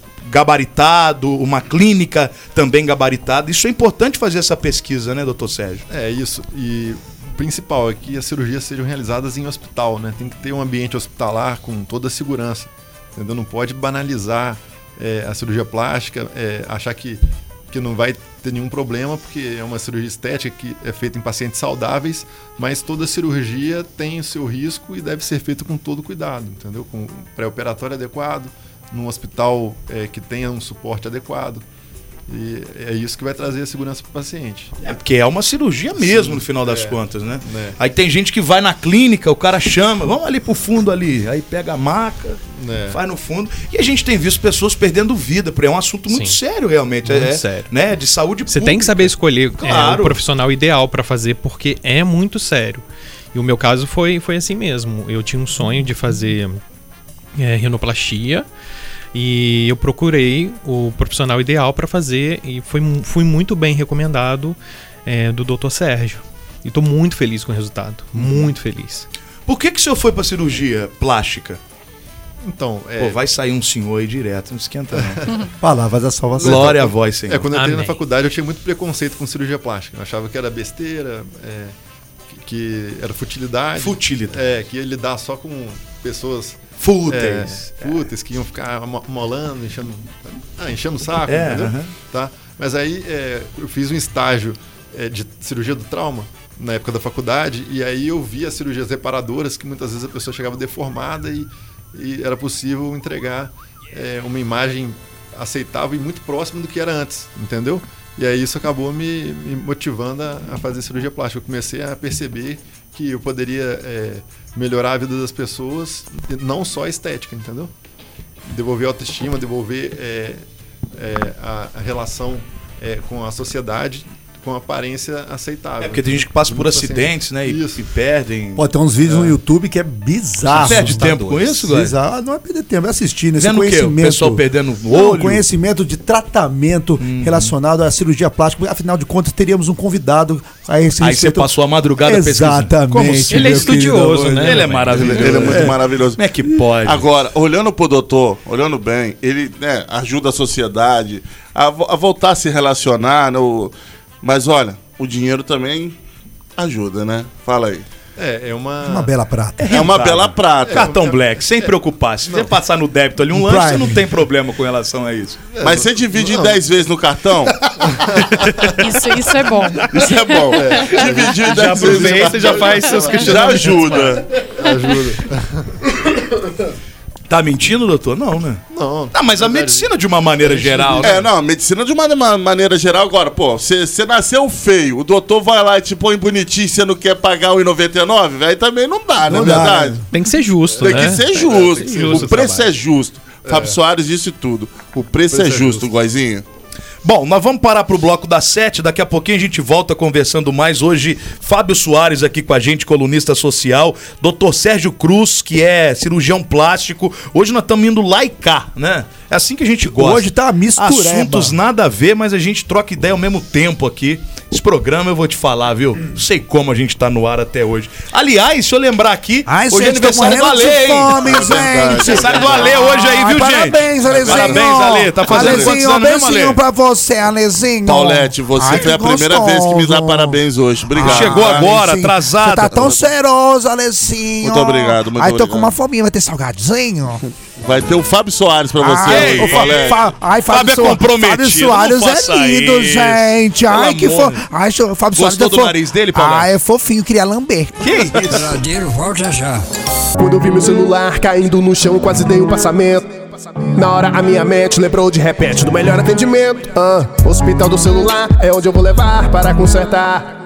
gabaritado, uma clínica também gabaritada. Isso é importante fazer essa pesquisa, né, doutor Sérgio?
É isso. E o principal é que as cirurgias sejam realizadas em hospital, né? Tem que ter um ambiente hospitalar com toda a segurança. Entendeu? Não pode banalizar é, a cirurgia plástica, é, achar que, que não vai ter nenhum problema, porque é uma cirurgia estética que é feita em pacientes saudáveis, mas toda cirurgia tem o seu risco e deve ser feita com todo cuidado, entendeu? Com um pré-operatório adequado, num hospital é, que tenha um suporte adequado. E é isso que vai trazer a segurança para o paciente.
É porque é uma cirurgia mesmo, no final das
é.
contas, né?
É.
Aí tem gente que vai na clínica, o cara chama, vamos ali pro fundo ali. Aí pega a maca,
É.
faz no fundo. E a gente tem visto pessoas perdendo vida, porque é um assunto muito
Sim.
sério, realmente.
Muito
é,
sério.
Né? De saúde
Você tem que saber escolher é,
Claro.
o profissional ideal pra fazer, porque é muito sério. E o meu caso foi, foi assim mesmo. Eu tinha um sonho de fazer é, rinoplastia e eu procurei o profissional ideal pra fazer e foi, mu- fui muito bem recomendado é, do Dr. Sérgio. E tô muito feliz com o resultado. Muito feliz.
Por que, que o senhor foi pra cirurgia plástica?
Então, é...
Pô, vai sair um senhor aí direto, não esquenta não.
Palavras da salvação.
Glória a vós, Senhor.
É, quando eu entrei na
Amém.
faculdade eu tinha muito preconceito com cirurgia plástica. Eu achava que era besteira, é, que, que era futilidade.
Futilidade.
É, que ia lidar só com pessoas...
Fúteis.
é, fúteis, que iam ficar mo- molando, enchendo, ah, enchendo o saco,
É,
entendeu?
aham.
Tá? Mas aí é, eu fiz um estágio é, de cirurgia do trauma na época da faculdade e aí eu vi as cirurgias reparadoras que muitas vezes a pessoa chegava deformada e, e era possível entregar é, uma imagem aceitável e muito próxima do que era antes, entendeu? E aí isso acabou me, me motivando a, a fazer cirurgia plástica. Eu comecei a perceber que eu poderia é, melhorar a vida das pessoas, e não só a estética, entendeu? devolver a autoestima, devolver é, é, a, a relação é, com a sociedade com aparência aceitável.
É porque tem gente que passa por acidentes, né? E, e perdem.
Pô, tem uns vídeos no YouTube que é bizarro.
Você perde tempo com isso, Glória?
Bizarro. Ah, Não é perder tempo, é assistir nesse
Vendo o quê? O
conhecimento.
pessoal perdendo o
Não,
olho? Uhum.
conhecimento de tratamento relacionado à cirurgia plástica. Afinal de contas, teríamos um convidado. Aí, esse
Aí você
respeito-
passou a madrugada pesquisando.
Exatamente.
Como se-
meu querido.
Ele é maravilhoso.
Ele é muito
É.
maravilhoso.
Como é que pode?
Agora, olhando pro doutor, olhando bem, ele né, ajuda a sociedade a, vo- a voltar a se relacionar. No... Mas olha, o dinheiro também ajuda, né? Fala aí.
É, é uma...
Uma bela prata.
É uma bela prata.
Cartão Black, sem preocupar. Se você passar no débito ali um
Um
lanche, você
Prime.
não tem problema com relação a isso.
É.
Mas você divide em 10 vezes no cartão?
Isso, isso é bom.
Isso é bom. Dividir em 10
Já aproveita
vezes no
e
cartão
já faz seus questionamentos.
Já ajuda.
Tá mentindo, doutor? Não, né?
Não.
Ah, mas a medicina de uma maneira geral, né?
É, não, a medicina de uma ma- maneira geral, agora, pô, você nasceu feio, o doutor vai lá e te põe bonitinho, você não quer pagar o 1,99, aí também não dá, não é
Não dá,
verdade?
né? Tem que ser justo,
Tem
né?
que ser
É,
justo.
tem que ser justo
o
o
preço
trabalho.
é justo. Fábio Soares disse tudo. O preço, é, justo, Goizinho.
Bom, nós vamos parar pro bloco das sete. Daqui a pouquinho a gente volta conversando mais. Hoje, Fábio Soares aqui com a gente, colunista social. Dr. Sérgio Cruz, que é cirurgião plástico. Hoje nós estamos indo lá e cá, né? É assim que a gente gosta.
Hoje tá uma mistureba.
Assuntos nada a ver, mas a gente troca ideia ao mesmo tempo aqui. Esse programa eu vou te falar, viu? Não sei como a gente tá no ar até hoje. Aliás, se eu lembrar aqui,
Ai,
hoje é
gente, tô
aniversário do Ale,
morrendo de
hein?
fome, gente.
Aniversário do Ale hoje aí, viu,
Ai,
gente?
Parabéns, Alezinho.
Parabéns, Ale. Tá fazendo
Alezinho,
quantos anos mesmo,
beijinho
Ale?
pra você, Alezinho.
Paulette, você
Ai,
foi a
que
primeira
gostoso.
vez que me dá parabéns hoje. Obrigado.
Chegou agora,
Sim.
atrasada.
Você tá tão cheiroso, Alezinho.
Muito obrigado, muito
Ai, tô
obrigado.
com uma fominha, vai ter salgadinho?
Vai ter o Fábio Soares pra você,
Ai,
aí,
o Fa-
Paulette.
Fa- ai, Fábio, Soa- Fábio Soares é lindo, gente. Ai,
Pelo
que
amor.
fofo. Ai, Fábio Soares
Gostou
é
do
fo-
nariz dele, Paulette?
Ah, é fofinho, queria lamber.
Que isso?
volta já. Quando eu vi meu celular caindo no chão, quase dei um passamento. Na hora a minha mente lembrou de repente do melhor atendimento. Ah, hospital do celular é onde eu vou levar para consertar.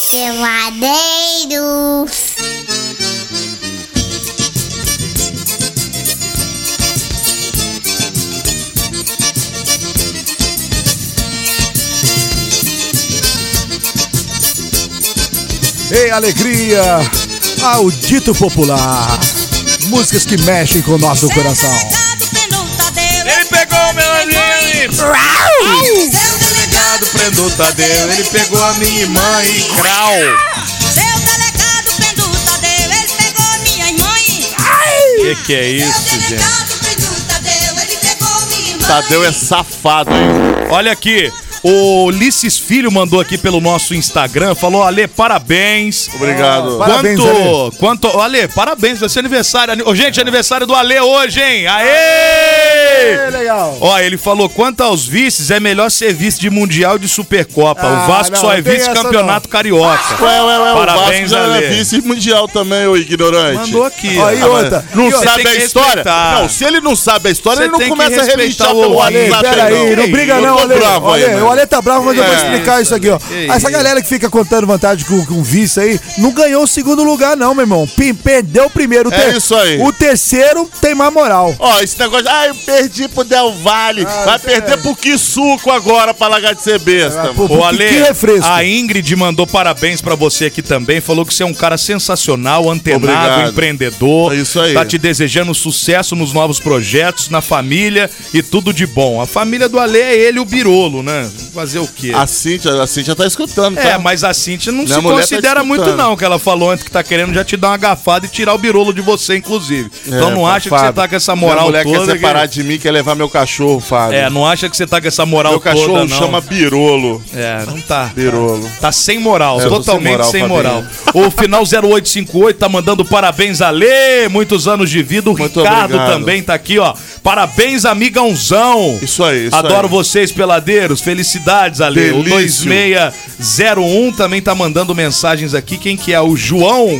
Peladeiros.
Ei, alegria! Audito popular! Músicas que mexem com o nosso coração.
Ele pegou o meu anel
Uau!
Seu delegado prendeu o Tadeu, ele pegou a minha irmã e crau.
Que que é isso, gente? Tadeu é safado, hein?
Olha aqui. O Ulisses Filho mandou aqui pelo nosso Instagram, falou, Ale, parabéns.
Obrigado.
Quanto,
Parabéns, Ale.
quanto, Ale, parabéns, vai ser aniversário. Ani- Ô, gente, é aniversário do Ale hoje, hein? Aê!
É,
legal.
Ó, ele falou, quanto aos vices, é melhor ser vice de Mundial e de Supercopa.
Ah,
o Vasco
não,
só é
não tem essa,
vice-campeonato carioca.
Ué, ué, ué,
Parabéns,
o Vasco já
Ale.
é vice-mundial também, ô ignorante.
Mandou aqui, ó.
Aí,
Ah,
outra.
mas-
Não
e outra,
sabe
tem
a
que
história?
respeitar.
Não, se ele não sabe a história,
Você
ele não
tem que
começa a
respeitar
relinchar
o
pelo
Ale,
WhatsApp.
Peraí, não briga não,
Eu tô
Ale.
bravo aí,
Ale,
mano.
o Ale tá bravo, mas eu vou
É.
explicar isso aqui, ó. Essa galera que fica contando vantagem com, com vice aí, não ganhou o segundo lugar não, meu irmão. Pim- Perdeu o primeiro. O
É isso aí.
O terceiro tem mais moral.
Ó, esse negócio, ah, eu perdi pro Del Valle. Vai perder pro que suco agora pra largar de ser besta. mano.
Ô, Ale, a Ingrid mandou parabéns pra você aqui também. Falou que você é um cara sensacional, antenado,
Obrigado.
empreendedor. É isso
aí.
Tá te desejando sucesso nos novos projetos, na família e tudo de bom. A família do Ale é ele e o Birolo, né? Fazer o quê?
A Cíntia, a Cíntia tá escutando, tá?
É, mas a Cintia não
Minha
se
mulher tá
considera muito,
escutando.
não. Que ela falou antes que tá querendo já te dar uma gafada e tirar o birolo de você, inclusive. então não acha que você
É, Fábio.
tá com essa moral
Minha mulher
toda.
quer
que-
separar de mim, quer levar meu cachorro, Fábio.
É, não acha que você tá com essa moral
Meu
toda,
cachorro
não.
chama Birolo.
É, não tá.
Birolo.
Tá sem moral,
É, eu tô
totalmente sem
sem
moral.
moral,
O final 0858 tá mandando parabéns a Lê, muitos anos de vida. O Ricardo
obrigado.
também tá aqui, ó. Parabéns, amigãozão. Isso
aí, isso
Adoro
aí.
vocês, peladeiros. Felicidades, Ale. O
Delício.
2601 também tá mandando mensagens aqui. Quem que é? O João.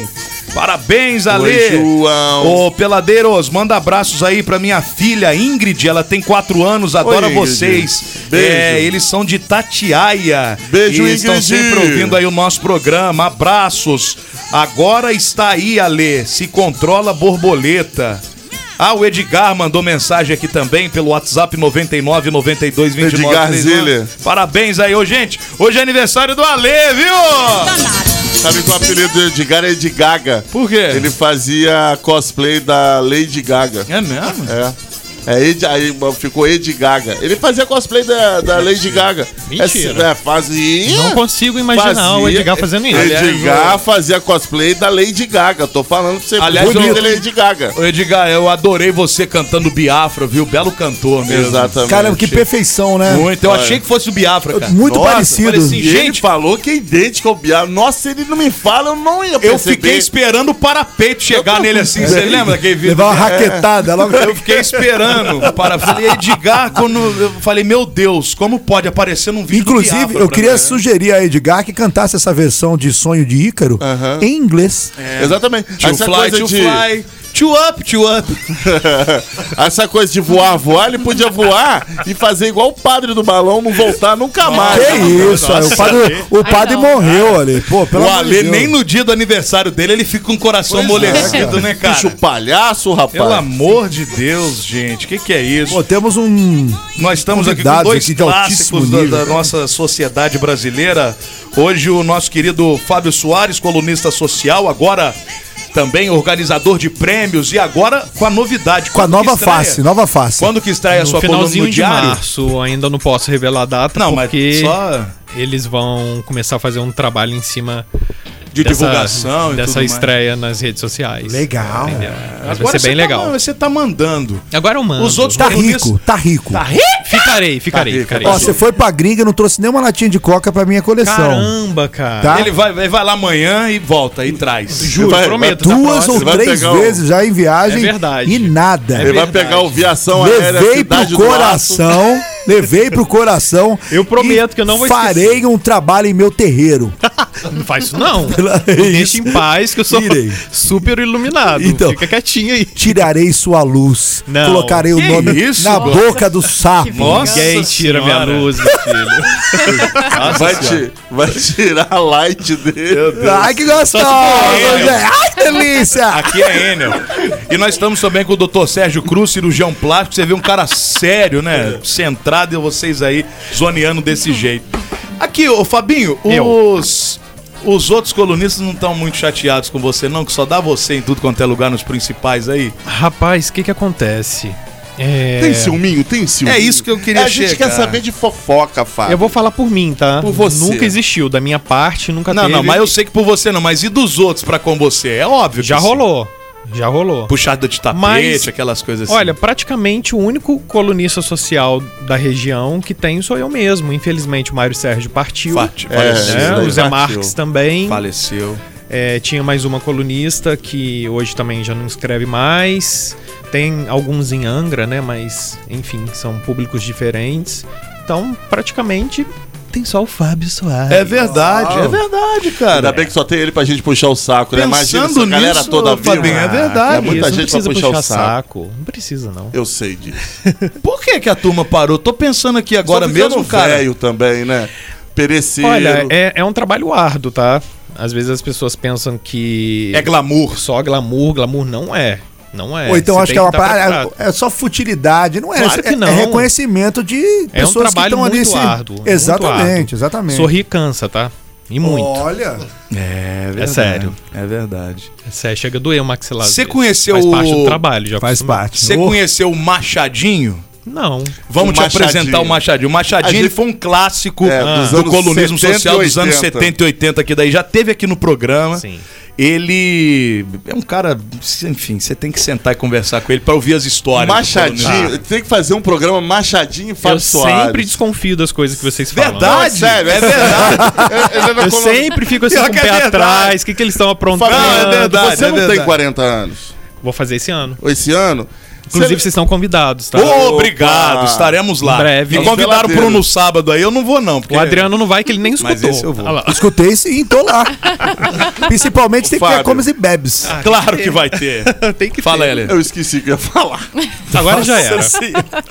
Parabéns, Ale.
João.
Ô, peladeiros, manda abraços aí pra minha filha Ingrid. Ela tem 4 anos, adora
Ingrid.
vocês.
Beijo.
É, eles são de Tatiaia.
Beijo,
e estão
Ingrid.
sempre ouvindo aí o nosso programa. Abraços. Agora está aí, Ale. Se controla borboleta. Ah, o Edgar mandou mensagem aqui também pelo WhatsApp 99 92 29
Edgar
39.
Ziller.
Parabéns aí, ô gente. Hoje é aniversário do Ale, viu?
Sabe que o apelido do Edgar é de Gaga.
Por quê?
Ele fazia cosplay da Lady Gaga.
É mesmo?
É. É Ed, aí ficou Ed Gaga. Ele fazia cosplay da, da Lady Gaga.
Mentira.
É, é, fazia.
Não consigo imaginar o Edgar fazendo isso.
Edgar fazia cosplay da Lady Gaga. Tô falando pra você.
Aliás,
bonito,
eu-
ele é Lady Gaga.
Ô Edgar, eu adorei você cantando Biafra, viu? Belo cantor mesmo.
Exatamente.
Cara, que perfeição, né?
Muito, eu achei que fosse o Biafra, cara.
Muito parecido.
eu falei assim,
E
gente,
ele falou que é idêntico ao Biafra. Nossa, ele não me fala, eu não ia perceber.
eu fiquei esperando o parapeito chegar nele assim. Você lembra daquele vídeo?
É.
Levar uma raquetada logo.
Eu fiquei esperando. o Para... Falei, Edgar, quando eu falei, meu Deus, como pode aparecer num vídeo do
Inclusive,
Biafra
eu
pra
queria
mim?
sugerir a Edgar que cantasse essa versão de Sonho de Ícaro em inglês.
É. Exatamente.
To fly, to fly, to up, to up.
Essa coisa de voar, voar, ele podia voar e fazer igual o padre do balão, não voltar nunca
Ah,
mais.
Que isso, o padre, o padre morreu ali. Pô, pelo
o
amor de
Ale,
Deus. é.
nem no dia do aniversário dele, ele fica com o coração amolecido, né, cara?
Bicho palhaço, rapaz.
Pelo amor de Deus, gente, o que, que é isso?
Pô, temos um.
Nós estamos aqui com
convidados
dois
aqui de altíssimo
clássicos da,
nível,
da
cara.
nossa sociedade brasileira. Hoje o nosso querido Fábio Soares, colunista social, agora também organizador de prêmios e agora com a novidade.
Com a
Quando que
nova
estreia?
face, nova face.
Quando que estreia a sua coluna
finalzinho
no
de
diário?
março, ainda não posso revelar a data,
Não, mas
porque
só-
eles vão começar a fazer um trabalho em cima
De divulgação e tudo
dessa
mais.
estreia nas redes sociais.
Legal.
Entendeu? Mas
Agora
vai
você
ser bem
tá
legal.
man- você tá mandando.
Agora eu mando.
Os outros Tá
Tá
colunistas-
rico, tá rico. Tá
rico?
Ficarei, ficarei, ficarei.
Ó, você foi pra gringa, não trouxe nenhuma latinha de coca pra minha coleção.
Caramba, cara.
Tá?
Ele vai, ele vai lá amanhã e volta e traz.
Juro,
Vai-
prometo,
vai-
Duas ou três vezes já em viagem.
É verdade. É
E nada.
Ele vai pegar o viação aérea
Levei
Cidade
pro
do Aço.
coração. levei pro coração.
Eu prometo
e
que eu não vou
Farei um trabalho em meu terreiro.
Não faz isso, não.
Pela-
Me Deixa em paz que eu sou
Irei.
super iluminado.
Então,
Fica quietinho aí.
Tirarei sua luz.
Não.
Colocarei o
Que
nome
isso,
na
mano?
boca do sapo.
Ninguém tira minha luz, meu filho. Nossa
vai,
senhora.
ti- vai tirar a light dele.
Ai, que gostosa!
Só se for
gente.
Enel.
Ai, que delícia!
Aqui é Enel. E nós estamos também com o Dr. Sérgio Cruz, cirurgião plástico. Você vê um cara sério, né? Centrado e vocês aí zoneando desse jeito. Aqui, ô Fabinho, os. Os outros colunistas não estão muito chateados com você, não? Que só dá você em tudo quanto é lugar nos principais aí?
Rapaz, o que que acontece? É...
Tem ciúminho, tem ciúminho.
É isso que eu queria
A gente
chegar.
quer saber de fofoca, Fábio.
Eu vou falar por mim, tá?
Por você.
Nunca existiu, da minha parte, nunca
Não,
teve.
não, mas eu sei que por você não, mas e dos outros pra com você? É óbvio.
Já rolou. Já rolou.
Puxada de tapete,
Mas-
aquelas coisas assim.
Olha, praticamente o único colunista social da região que tem sou eu mesmo. Infelizmente, o Mário Sérgio partiu.
Fati-
É,
faleceu,
né?
né?
O Zé
Partiu.
Marques também.
faleceu.
É, tinha mais uma colunista que hoje também já não escreve mais. Tem alguns em Angra, né? Mas, enfim, são públicos diferentes. Então, praticamente, tem só o Fábio Soares.
É verdade, é verdade, cara.
Ainda bem que só tem ele pra gente puxar o saco, né? Imagina
Pensando
essa galera
nisso,
toda viva.
Fabinho, é verdade.
É muita
Isso, não
gente pra
precisa
puxar, o
puxar
saco.
saco. Não precisa, não.
Eu sei disso.
Por que, que a turma parou? Tô pensando aqui agora
Só ficando
mesmo, cara.
velho também, né? Perecer.
Olha, é, é um trabalho árduo, tá? Às vezes as pessoas pensam que.
É glamour.
Só glamour, glamour não é. Não é.
Ou então
Você
acho
tem
que é uma
dar pra
parada.
trás.
É só futilidade. Não é,
Claro que
é- é
não.
reconhecimento de
É um
pessoas que
trabalho
estão
muito
ali. se-
árduo. muito
Exatamente,
árduo.
exatamente.
Sorrir cansa, tá? E muito.
Olha.
É,
É sério.
É verdade.
Sério, chega a doer o maxilar.
Você
às vezes.
conheceu
Faz parte
o-
do trabalho, já
Faz
acostumei.
parte.
Você
Ô,
conheceu o Machadinho?
Não.
Vamos
O
te
Machadinho.
apresentar o Machadinho. O Machadinho
A
ele
gente-
foi um clássico
É,
ah,
dos
do
anos
colunismo
70 e
social dos anos
80.
70 e 80, que daí já teve aqui no programa.
Sim.
Ele é um cara, enfim, você tem que sentar e conversar com ele pra ouvir as histórias. do
Machadinho.
colunismo.
Tem que fazer um programa Machadinho e Fábio
Eu
Soares.
sempre desconfio das coisas que vocês falam.
Não, é
Verdade,
sério, é verdade. Ele é
Eu
na coluna-
sempre fico assim
Pior
com
que
o
é
pé
verdade.
atrás. O que, que eles estão aprontando?
Fala,
Não, é verdade,
Você
é
não
verdade.
tem 40 anos.
Vou fazer esse ano.
Esse ano.
Inclusive,
Você-
vocês estão convidados, tá?
Obrigado,
Opa.
estaremos lá.
Em breve.
Me convidaram
Peladeiros.
pro no sábado aí, eu não vou não, porque
O Adriano não vai, que ele nem escutou.
Mas esse eu vou.
Olha lá.
Escutei sim, tô lá. Principalmente tem que ter
Fábio.
comes e bebes.
claro que vai ter.
Tem que né?
Fala, Helen.
Eu esqueci o que eu ia falar.
Agora já era.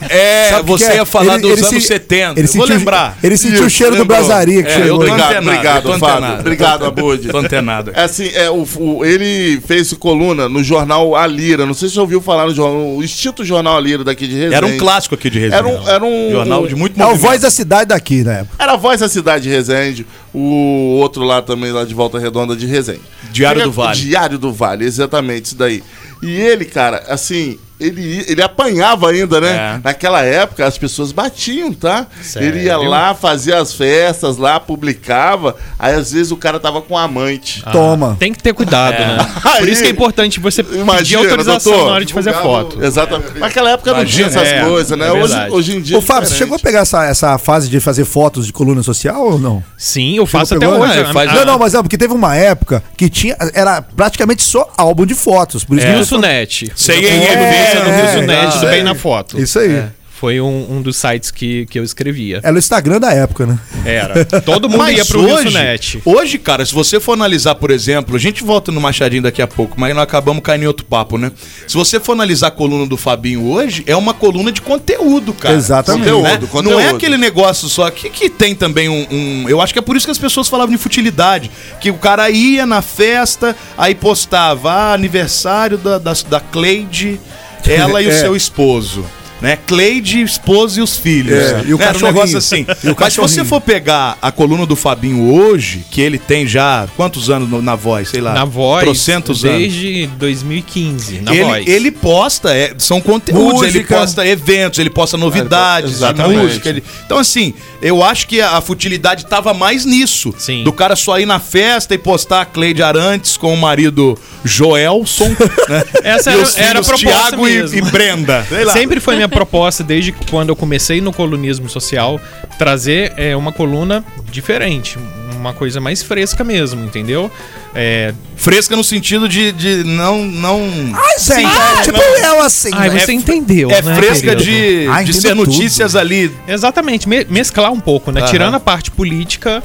É,
Sabe o que
você
é?
ia falar
Ele-
dos
ele
anos
se-
70.
ele
Eu vou
sentiu-
lembrar.
ele sentiu o cheiro do brasaria que
É,
chegou. né?
eu tô
Obrigado,
antenado,
obrigado,
eu tô
Fábio.
antenado.
Obrigado, Abud.
Tô antenado.
É assim, é, o, o- ele fez coluna no jornal A Lira. Não sei se você ouviu falar no jornal, o extinto jornal A Lira daqui de Resende.
Era um clássico aqui de Resende.
Era um- era um-
jornal de muito
É o
movimento.
voz da cidade daqui, né?
Era a voz da cidade de Resende, o outro lá também, lá de Volta Redonda de Resende.
Diário
Era-
do Vale.
Diário do Vale, exatamente, isso daí. E ele, cara, assim, ele, ele apanhava ainda, né?
É.
Naquela época as pessoas batiam, tá?
Sério?
Ele ia lá, fazia as festas lá, publicava. Aí às vezes o cara tava com um amante.
Ah,
Toma.
Tem que ter cuidado, né? Por
Aí-
isso que é importante você pedir
Imagina,
autorização
doutor.
na hora de fazer a
Divulgar o-
foto.
Exatamente. Naquela época
Imagina,
não tinha essas
é,
coisas, né?
é
hoje,
verdade.
hoje em dia. é
Ô, É. Fábio, você chegou a pegar essa, essa fase de fazer fotos de coluna social ou não?
Sim, eu faço até
Pegou?
hoje. né?
Não, faz- não, não, mas é porque teve uma época que tinha. Era praticamente só álbum de fotos. Por isso que
É.
eu-
Uso Net.
Sei
Eu
em
conheço
evidência
no
no
Uso
Uso
Net,
é,
do bem
é.
na foto.
Isso aí.
É, Foi um, um dos sites que, que eu escrevia.
Era o Instagram da época, né?
Era. Todo mundo ia pro Uso Net.
hoje, cara, se você for analisar, por exemplo, a gente volta no Machadinho daqui a pouco, mas nós acabamos caindo em outro papo, né? Se você for analisar a coluna do Fabinho hoje, é uma coluna de conteúdo, cara.
Exatamente.
Né?
Conteúdo, conteúdo.
Não é aquele negócio só que, que tem também um, um- Eu acho que é por isso que as pessoas falavam de futilidade. Que o cara ia na festa, aí postava ah, aniversário da, da, da Cleide, ela e o
É.
seu esposo. né? Cleide, esposa e os filhos.
É, e o
Né? Era um
cachorrinho.
negócio assim.
E o
Mas se você
cachorrinho.
for pegar a coluna do Fabinho hoje, que ele tem já quantos anos no- na voz, sei lá.
Na voz,
Tá. Trocentos anos.
desde 2015, na
ele,
voz.
ele posta, é, são conteúdos, ele
Música.
posta eventos, ele posta novidades, de
exatamente.
música. ele- Então, assim, eu acho que a, a futilidade tava mais nisso. Do cara só ir na festa e postar a Cleide Arantes com o marido Joelson. né?
Essa
E
era,
os
era a
filhos
proposta
Tiago e-
mesmo.
e Brenda. Sei lá.
Sempre foi minha proposta, desde quando eu comecei no colunismo social, trazer é, uma coluna diferente, uma coisa mais fresca mesmo, entendeu? É,
Fresca no sentido de, de não... não...
Ai,
gente, é tipo eu, assim,
Ai,
né?
Ah, você
É-
entendeu,
é
né,
fresca
querido?
de- Ah, de entendo ser notícias ali.
Exatamente, me- mesclar um pouco, né?
Aham.
Tirando a parte política,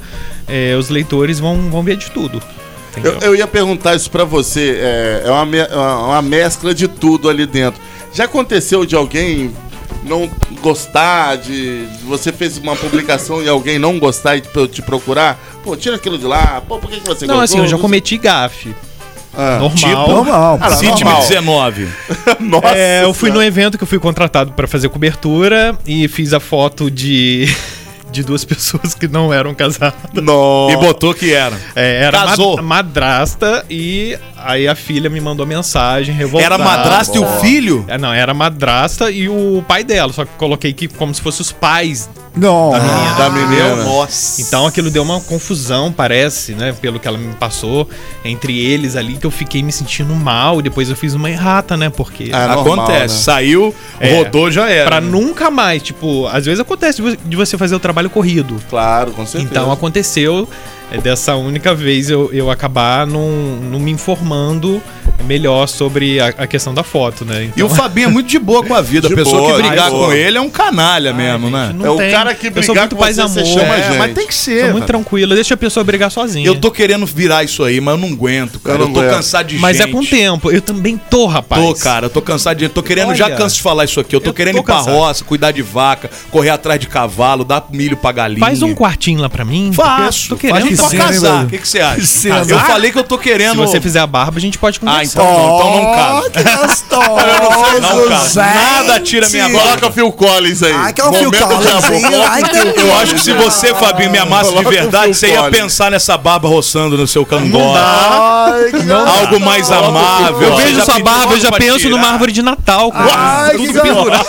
é, os leitores vão, vão ver de tudo.
Eu, eu ia perguntar isso pra você. É, é uma, me- é uma mescla de tudo ali dentro. Já aconteceu de alguém não gostar, de de você fez uma publicação e alguém não gostar e te, te procurar? Pô, tira aquilo de lá. Pô, por que, que você
Não,
gostou?
assim, eu já
Não
cometi gafe. normal.
tipo? Normal. Ah, Sítio normal.
19.
Nossa
É, eu fui
Senhora.
num evento que eu fui contratado pra fazer cobertura e fiz a foto de de duas pessoas que não eram casadas.
Não.
E botou que era.
É, era
Casou.
ma- madrasta e aí a filha me mandou mensagem revoltada.
Era madrasta e o filho?
É, não, era madrasta e o pai dela, só que coloquei que como se fossem os pais
Não.
da menina.
Da
um
entendeu?
menina.
Nossa.
Então aquilo deu uma confusão, parece, né? Pelo que ela me passou, entre eles ali, que eu fiquei me sentindo mal. E depois eu fiz uma errata, né? Porque
Ah, normal, né? Saiu, é, rodou, já era. né?
Pra nunca mais. Tipo, às vezes acontece de vo- de você fazer o trabalho corrido.
Claro, com certeza.
Então aconteceu é, dessa única vez eu, eu acabar não, não me informando melhor sobre a, a questão da foto, né?
E o Fabinho é muito de boa com a vida. A
De
pessoa
boa,
que
de
brigar
boa. É
com ele é um canalha mesmo, né?
não tem. Eu sou muito paz e amor. É, mas tem que ser, Sou muito cara. tranquilo, deixa a pessoa brigar sozinha.
Eu tô querendo virar isso aí, mas eu não aguento, cara.
Eu
Eu,
não
tô
aguento.
cansado de
Mas é
gente.
com o tempo. Eu também tô, rapaz.
Tô, cara, eu tô cansado de. Tô querendo, já
Olha.
canso de falar isso aqui. Eu tô querendo
tô
ir pra
cansado.
roça, cuidar de vaca, correr atrás de cavalo, dar milho pra galinha.
Faz um quartinho lá pra mim.
Faço.
porque eu Tô querendo
Faço pra
também.
casar. O que, que você acha?
Casar?
Eu falei que eu tô querendo.
Se você fizer a barba, a gente pode conversar.
Ah, então, não, então não cabe. Eu não sei, não, cara.
gente.
Nada tira minha bola.
Coloca o Phil Collins aí.
Ai,
Ai,
que
um
é o Phil Collins, hein? Ai, que é o Phil
Eu
acho que se você, Fabinho, me amasse de
Coloca o
verdade,
Phil
você ia
Collins.
pensar nessa barba roçando no seu
Não
cangote.
dá.
Não Algo mais amável.
Eu
Você
vejo
já
sua
pediu
barba, eu
algo
já
pra
penso
tirar? Ah,
numa árvore de Natal. cara.
Ai,
Tudo
que garoto.
pendurado.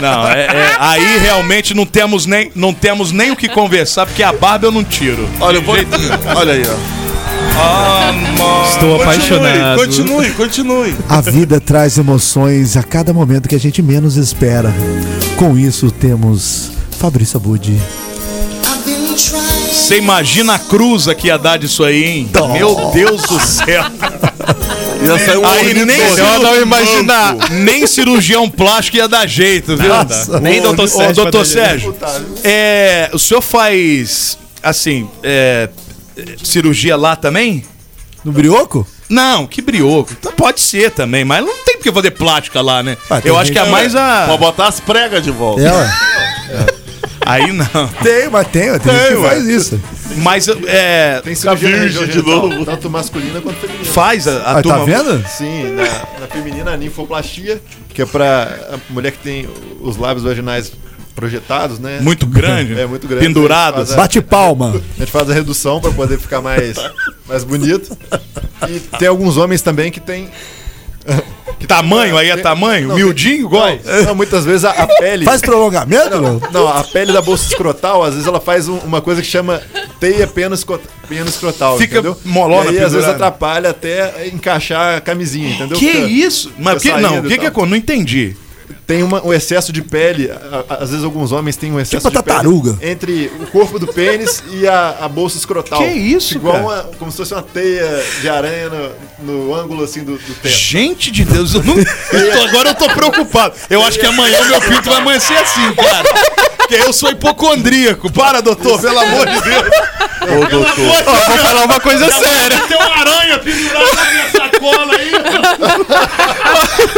Não, é- é- aí realmente não temos, nem, não temos nem o que conversar, porque a barba eu não tiro.
Olha, eu vou. Olha aí, ó.
Estou
apaixonado.
Continue, continue.
A vida traz emoções a cada momento que a gente menos espera. Com isso, temos Fabrício Abud.
Você imagina a cruza que ia dar disso aí, hein? Meu Deus do céu.
Ia sair um
aí
horrível.
nem
Melhor
cirurgião-
não imaginar.
Nem cirurgião plástico ia dar jeito, viu?
Nossa. Nem Dr.
Ô,
Sérgio
Dr.
vai dar
Sérgio, é, o senhor faz, assim, é, cirurgia lá também?
No brioco?
Não, que brioco. Então pode ser também, mas não tem porque fazer plástica lá, né?
Ah, tem
Eu acho que é
gente-
mais a...
Pode botar as pregas de volta.
É, ué. Aí não.
Tem, mas tem, tem,
Tem,
gente que
ué.
faz isso.
Mas é.
Tem cirurgia
Tá
virgem
virgem
de
de
novo. Tanto masculina quanto feminina.
Faz a- a Ah, tá turma- vendo?
Sim, na, na feminina a ninfoplastia, que é pra a mulher que tem os lábios vaginais projetados, né?
Muito grande,
É, muito grande.
pendurados.
A gente faz a-
Bate palma.
A gente faz a redução pra poder ficar mais, mais bonito. E tem alguns homens também que tem... que
Tamanho, aí é tamanho? Miudinho, igual?
Não, não, muitas vezes a, a pele...
Faz prolongamento,
Não,
tá
não, a pele da bolsa escrotal, às vezes ela faz um- uma coisa que chama teia pena, escro- pena escrotal,
Fica
entendeu?
molona,
e aí, às vezes
pendurada.
atrapalha até encaixar a camisinha, entendeu?
Que
Fica-
isso? Mas
fica
que- não,
saindo e
o que que
tal.
acontece? Não entendi.
Tem uma- um excesso de pele, a- a- às vezes alguns homens têm um excesso
Tipo
de
tartaruga.
pele entre o corpo do pênis e a, a bolsa escrotal.
Que isso,
Igual
cara?
uma, como se fosse uma teia de aranha no, no ângulo assim do, do teto.
Gente de Deus, eu não. eu tô- agora eu tô preocupado. Eu acho que amanhã meu pinto vai amanhecer assim, cara. Porque eu sou hipocondríaco. Para, doutor, pelo amor de Deus.
Ô, doutor.
Ó, vou falar uma coisa séria.
Tem uma aranha pendurada na minha sacola aí.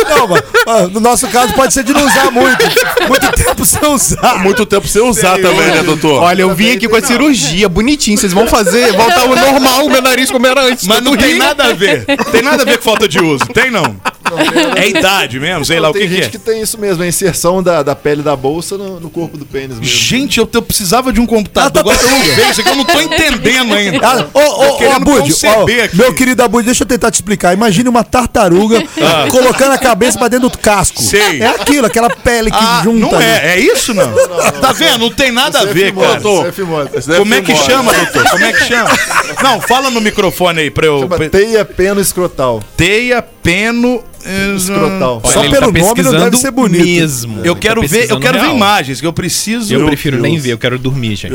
Não, mas, mas no nosso caso pode ser de não usar muito. Muito tempo sem usar.
Muito tempo sem usar também, né, doutor?
Olha, eu vim aqui com a cirurgia, bonitinho. Vocês vão fazer, voltar ao normal, meu nariz como era antes.
Mas não tem nada a ver. Tem nada a ver com falta de uso. Tem não. É idade mesmo, sei lá o
tem
que, que
gente
é.
que tem isso mesmo, a inserção da, da pele da bolsa no, no corpo do pênis mesmo.
Gente, eu, eu precisava de um computador. Agora eu não vejo, isso aqui eu não tô entendendo ainda.
Ah,
Tô
Ô, ô, ô,
querendo
Abud, ó,
conceber aqui.
meu querido Abud, deixa eu tentar te explicar. Imagine uma tartaruga
Ah.
colocando a cabeça pra dentro do casco.
Sei.
É aquilo, aquela pele que
Ah,
junta.
não
né?
é, é isso não? tá vendo? Não tem nada a ver, cara. Como é que chama, doutor? Como é que chama? Não, fala no microfone aí pra eu.
Chama teia peno escrotal.
Teia peno
escrotal.
Olha, ele tá pesquisando mesmo. tá Eu quero ver, eu quero ver imagens, que eu preciso.
Eu
Meu
prefiro
Deus.
nem ver, eu quero dormir, gente.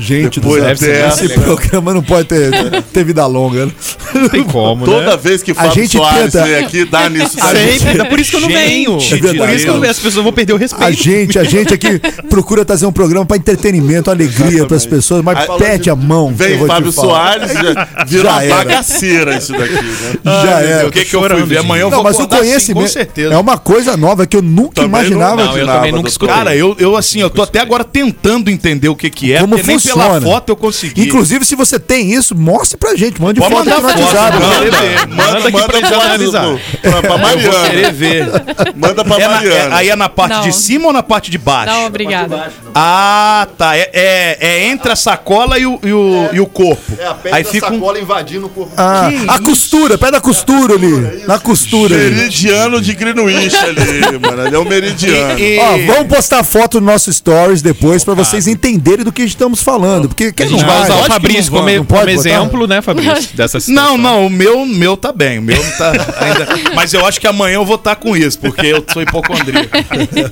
Gente
Depois
do
deve
céu,
ser
esse
legal.
programa não pode ter, ter vida longa. Né? Não
tem como,
Toda vez que Fábio Soares vem aqui, dá nisso.
Sempre, por isso que eu não venho.
É
Por isso que eu não venho, as pessoas vão perder o respeito.
A gente, a gente aqui procura trazer um programa pra entretenimento, alegria pras pessoas, mas
Aí-
pede a mão. que eu
Vem
vou te
Fábio
falar.
Soares, já virou
Já
uma
era.
bagaceira isso daqui, né?
Já é,
Ai, meu
era.
Deus, O que, que eu fui ver? Amanhã eu
não,
vou
mas o
acordar assim,
conhecimento
com certeza.
é uma coisa nova que eu nunca imaginava.
Não, eu
imaginava,
também nunca
doutor.
escutei. Cara, eu, eu assim, eu tô até agora tentando entender o que que é,
Como
porque
funciona.
nem pela foto eu consegui.
Inclusive, se você tem isso, mostre pra gente. Mande
Pode
foto
mandar
aqui no
foto,
WhatsApp.
manda, manda aqui pra gente analisar.
Pra, pra
Eu vou
Mariana.
querer ver.
Manda pra
É na-
Mariana.
é- aí é na parte
Não.
de cima ou na parte de baixo?
Não, obrigada.
Ah, tá. É, é- é entre a sacola e o, e o, e o corpo.
É a pele
aí
da
fica um...
sacola invadindo o corpo.
Ah,
Que
a costura, pé da costura ali. Na costura. ali.
Meridiano de Greenwich ali, mano. Ele é o meridiano.
Ó, vamos postar foto no nosso stories depois pra vocês entenderem do que estamos falando. Porque quem
A gente
não
vai
vai,
usar o
Lógico que
Fabrício
não vai,
como,
não pode
como
botar?
exemplo, né, Fabrício? Dessa situação.
Não, não, o meu, meu tá bem. O meu não tá ainda. Mas eu acho que amanhã eu vou estar com isso, porque eu sou hipocondríaco.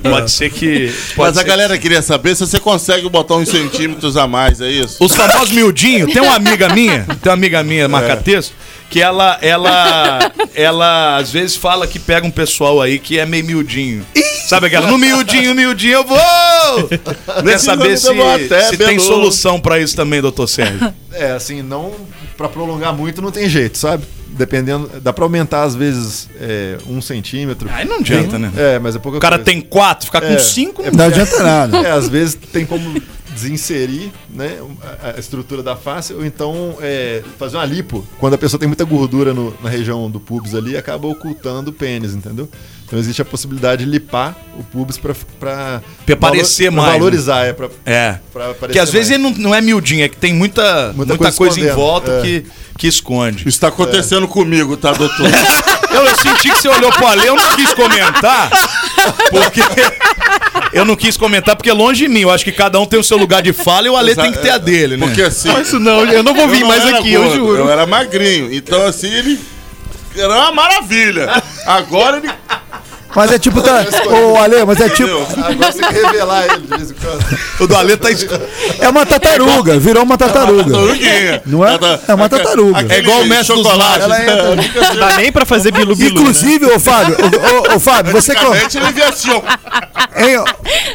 Pode ser que. Pode
Mas a
ser.
galera queria saber se você consegue botar uns centímetros a mais, é isso?
Os famosos miudinhos, tem uma amiga minha, tem uma amiga
É.
minha, marca texto, que ela, ela, ela às vezes fala que pega um pessoal aí que é meio miudinho. Sabe aquela? No miudinho, miudinho, eu vou! Quer
Nesse
saber
nome
se,
eu vou até,
se tem
Belu.
solução pra isso também, doutor Sérgio.
É, assim, não. Pra prolongar muito não tem jeito, sabe? Dependendo. Dá pra aumentar, às vezes, é, um centímetro. Aí
não adianta, né?
É, mas é pouca
O cara tem quatro, ficar com cinco, É. não
porque-
adianta nada.
É, às vezes tem como desinserir né, a, a estrutura da face ou então é, fazer uma lipo. Quando a pessoa tem muita gordura no- na região do pubis ali, acaba ocultando o pênis, entendeu? Então existe a possibilidade de lipar o pubis pra... Pra,
Pra aparecer
pra
mais,
Valorizar,
né?
é. Pra,
É.
pra aparecer
Que às vezes
mais.
ele não, não é miudinho, é que tem muita, muita,
coisa
coisa, em
escondendo,
volta
é.
que, que esconde.
Isso tá acontecendo comigo, tá, doutor?
Eu, eu senti que você olhou pro Ale, eu não quis comentar, porque. Eu não quis comentar porque é longe de mim. Eu acho que cada um tem o seu lugar de fala e o Ale tem que ter a dele, né?
Porque assim. era gordo, Eu era magrinho. Então assim ele. Era uma maravilha. Agora ele.
Mas é tipo. Tá, ô, Ale, mas é tipo.
Entendeu?
Agora você tem que revelar ele de vez em quando.
O do Ale tá.
É uma tartaruga, virou uma tartaruga.
Tartaruguinha.
Não
tá-
é? É uma tartaruga.
É igual o mestre dos mares.
Ela entra-
Não dá nem pra fazer
né?
bilu-bilu.
Inclusive, ô Fábio, ô, ô, ô, Fábio, você. co-
Antigamente ele via assim, ó.
Hein, ó.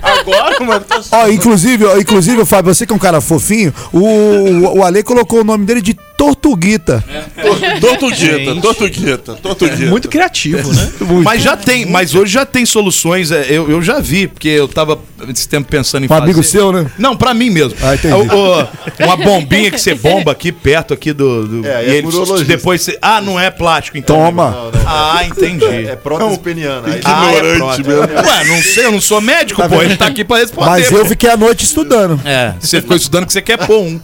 Agora, mano, tá
Ó, inclusive, ó, inclusive, ô, Fábio, você que é um cara fofinho, o, o, o Ale colocou o nome dele de Tortuguita.
Tortuguita, tortuguita, tortuguita.
Muito
criativo, né?
Mas já tem, mas hoje já tem soluções. é, Eu, eu já vi, porque eu tava esse tempo pensando em
Um
fazer.
amigo seu, né?
Não, pra mim mesmo. É
entendi.
O- o- uma bombinha que você bomba aqui perto aqui do. do-
É,
e
é
ele
urologista.
depois você. Ah, não é plástico, então.
Toma!
Ah, entendi.
É prótese peniana. Aí-
Ah, é
Ignorante
prótese.
mesmo.
Ué, não sei, eu não sou médico, pô. Ele tá aqui pra responder.
Mas eu
pô.
fiquei a noite estudando.
É, você ficou estudando que você quer pôr um.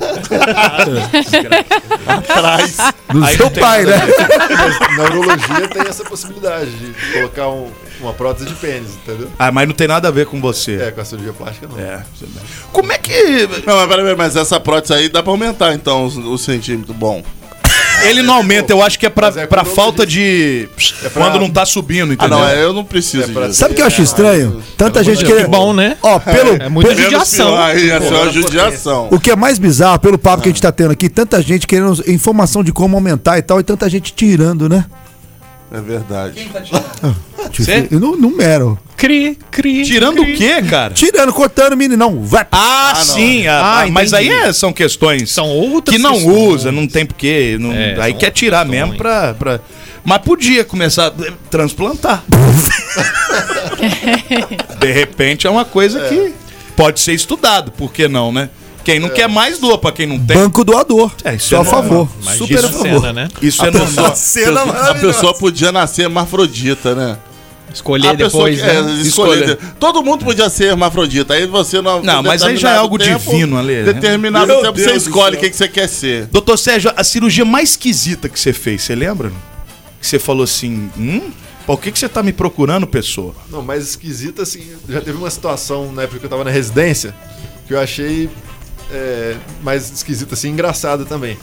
Atrás.
Do
Aí
seu
não tem
pai,
nada
né?
a
Mas na urologia tem essa possibilidade de colocar um- uma prótese de pênis, entendeu?
Ah, mas não tem nada a ver com você.
É, com a cirurgia plástica não.
É. Como é que.
Não, mas peraí, mas essa prótese aí dá pra aumentar então os, os centímetros bom.
Ele não aumenta, eu acho que é pra, pra falta de. Quando não tá subindo,
Ah,
entendeu?
não, eu não preciso disso.
Sabe o que eu acho estranho? Tanta gente
que
querendo.
bom, né?
Ó, pelo.
É, é muita
pelo-
judiação.
Aí, essa é uma judiação.
O que é mais bizarro, pelo papo que a gente tá tendo aqui, tanta gente querendo informação de como aumentar e tal, e tanta gente tirando, né?
É verdade.
Cê?
Tipo, Eu não numero.
Cri, cri.
Tirando o quê, cara?
Tirando, cortando, meninão. Vai.
Ah, sim, ah,
Ah,
mas aí
entendi.
é- são questões são outras que não usa, não tem porquê. Não, aí quer tirar mesmo pra, pra. Mas podia começar a eh, transplantar. De repente é uma coisa que pode ser estudado, por que não, né? Quem não quer mais doa, pra quem não tem.
Banco doador.
É,
isso Só é a normal. favor.
Mas Super isso a favor. cena, né? Isso é
A pessoa-
normal.
a pessoa- A pessoa podia nascer hermafrodita, né?
Escolher
A pessoa
depois,
que-
né?
é, escolher. Todo mundo podia ser hermafrodita. Aí você não.
Não, mas aí já é algo divino, Ale. né?
Determinado
Meu
tempo
Deus
você
do
escolhe
céu.
o que, que você quer ser.
Doutor Sérgio, a cirurgia mais esquisita que você fez, você lembra? Que você falou assim, hum? Por que, que você tá me procurando, pessoa?
Não, mais esquisita assim. Já teve uma situação na época que eu tava na residência que eu achei é, mais esquisita assim, engraçada também.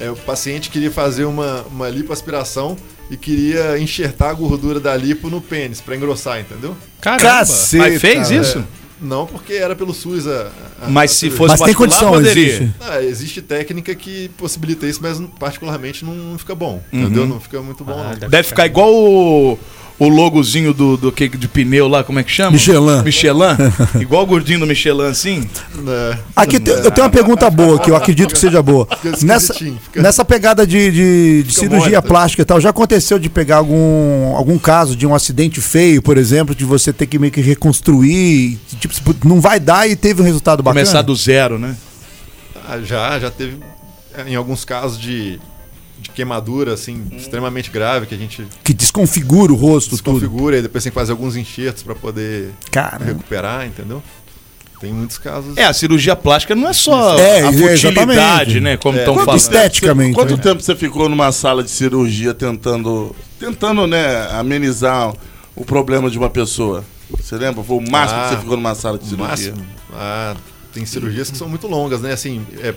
É, o paciente queria fazer uma, uma lipoaspiração e queria enxertar a gordura da lipo no pênis pra engrossar, entendeu?
Caramba! Caceta, Mas fez isso?
É, não, porque era pelo SUS a. a-
Mas
a
se
cirurgia.
fosse Mas tem particular, condição, poderia. existe?
Ah, existe técnica que possibilita isso, mas particularmente não, não fica bom,
Uhum.
entendeu? Não fica muito bom.
Ah,
não.
Deve ficar igual o, o logozinho do, do cake de pneu lá, como é que chama?
Michelin.
Michelin? igual o gordinho do Michelin, assim?
Aqui te- eu tenho uma pergunta boa que eu acredito que seja boa. Nessa, nessa pegada de, de- de cirurgia plástica e tal, já aconteceu de pegar algum, algum caso de um acidente feio, por exemplo, de você ter que meio que reconstruir, tipo, não vai dar e teve um resultado bacana?
Começar do zero, né?
Ah, já, já teve é, em alguns casos de, de queimadura
Hum.
assim extremamente grave que a gente
Que desconfigura o rosto, tudo.
configura e depois tem que fazer alguns enxertos para poder
Cara.
recuperar, entendeu? Tem muitos casos.
É, a cirurgia plástica não é só
É,
a
é,
futilidade,
exatamente.
né? Como
É.
estão
Quanto
falando.
esteticamente,
Quanto
né?
tempo você ficou numa sala de cirurgia tentando. Tentando, né, amenizar o problema de uma pessoa? Você lembra? Foi o máximo que
Ah,
você ficou numa sala de
o
cirurgia.
máximo? Ah, tem cirurgias que são muito longas, né? Assim, é,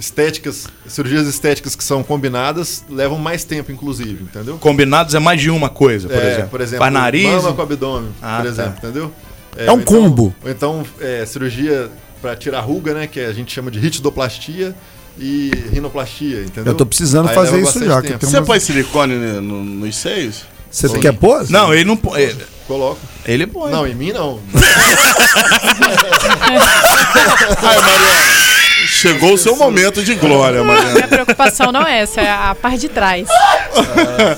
estéticas, cirurgias estéticas que são combinadas levam mais tempo, inclusive, entendeu?
Combinados é mais de uma coisa, por
É,
exemplo.
Por exemplo,
Faz nariz.
mama com abdômen,
Ah,
por
tá.
exemplo, entendeu?
É um
ou então-
combo.
Ou então, é, cirurgia para tirar ruga, né? Que a gente chama de ritidoplastia e rinoplastia, entendeu?
Eu tô precisando
Aí é
fazer
leva
isso
bastante
já, que
tempo.
tem um
Você põe silicone no- no- nos seios?
Você
Ou
quer pôr?
Não, ele não põe. ele-
Coloco.
Ele é põe.
Não, em mim não.
Chegou o seu momento de glória,
Minha
Mariana.
preocupação não é essa, é a parte de trás.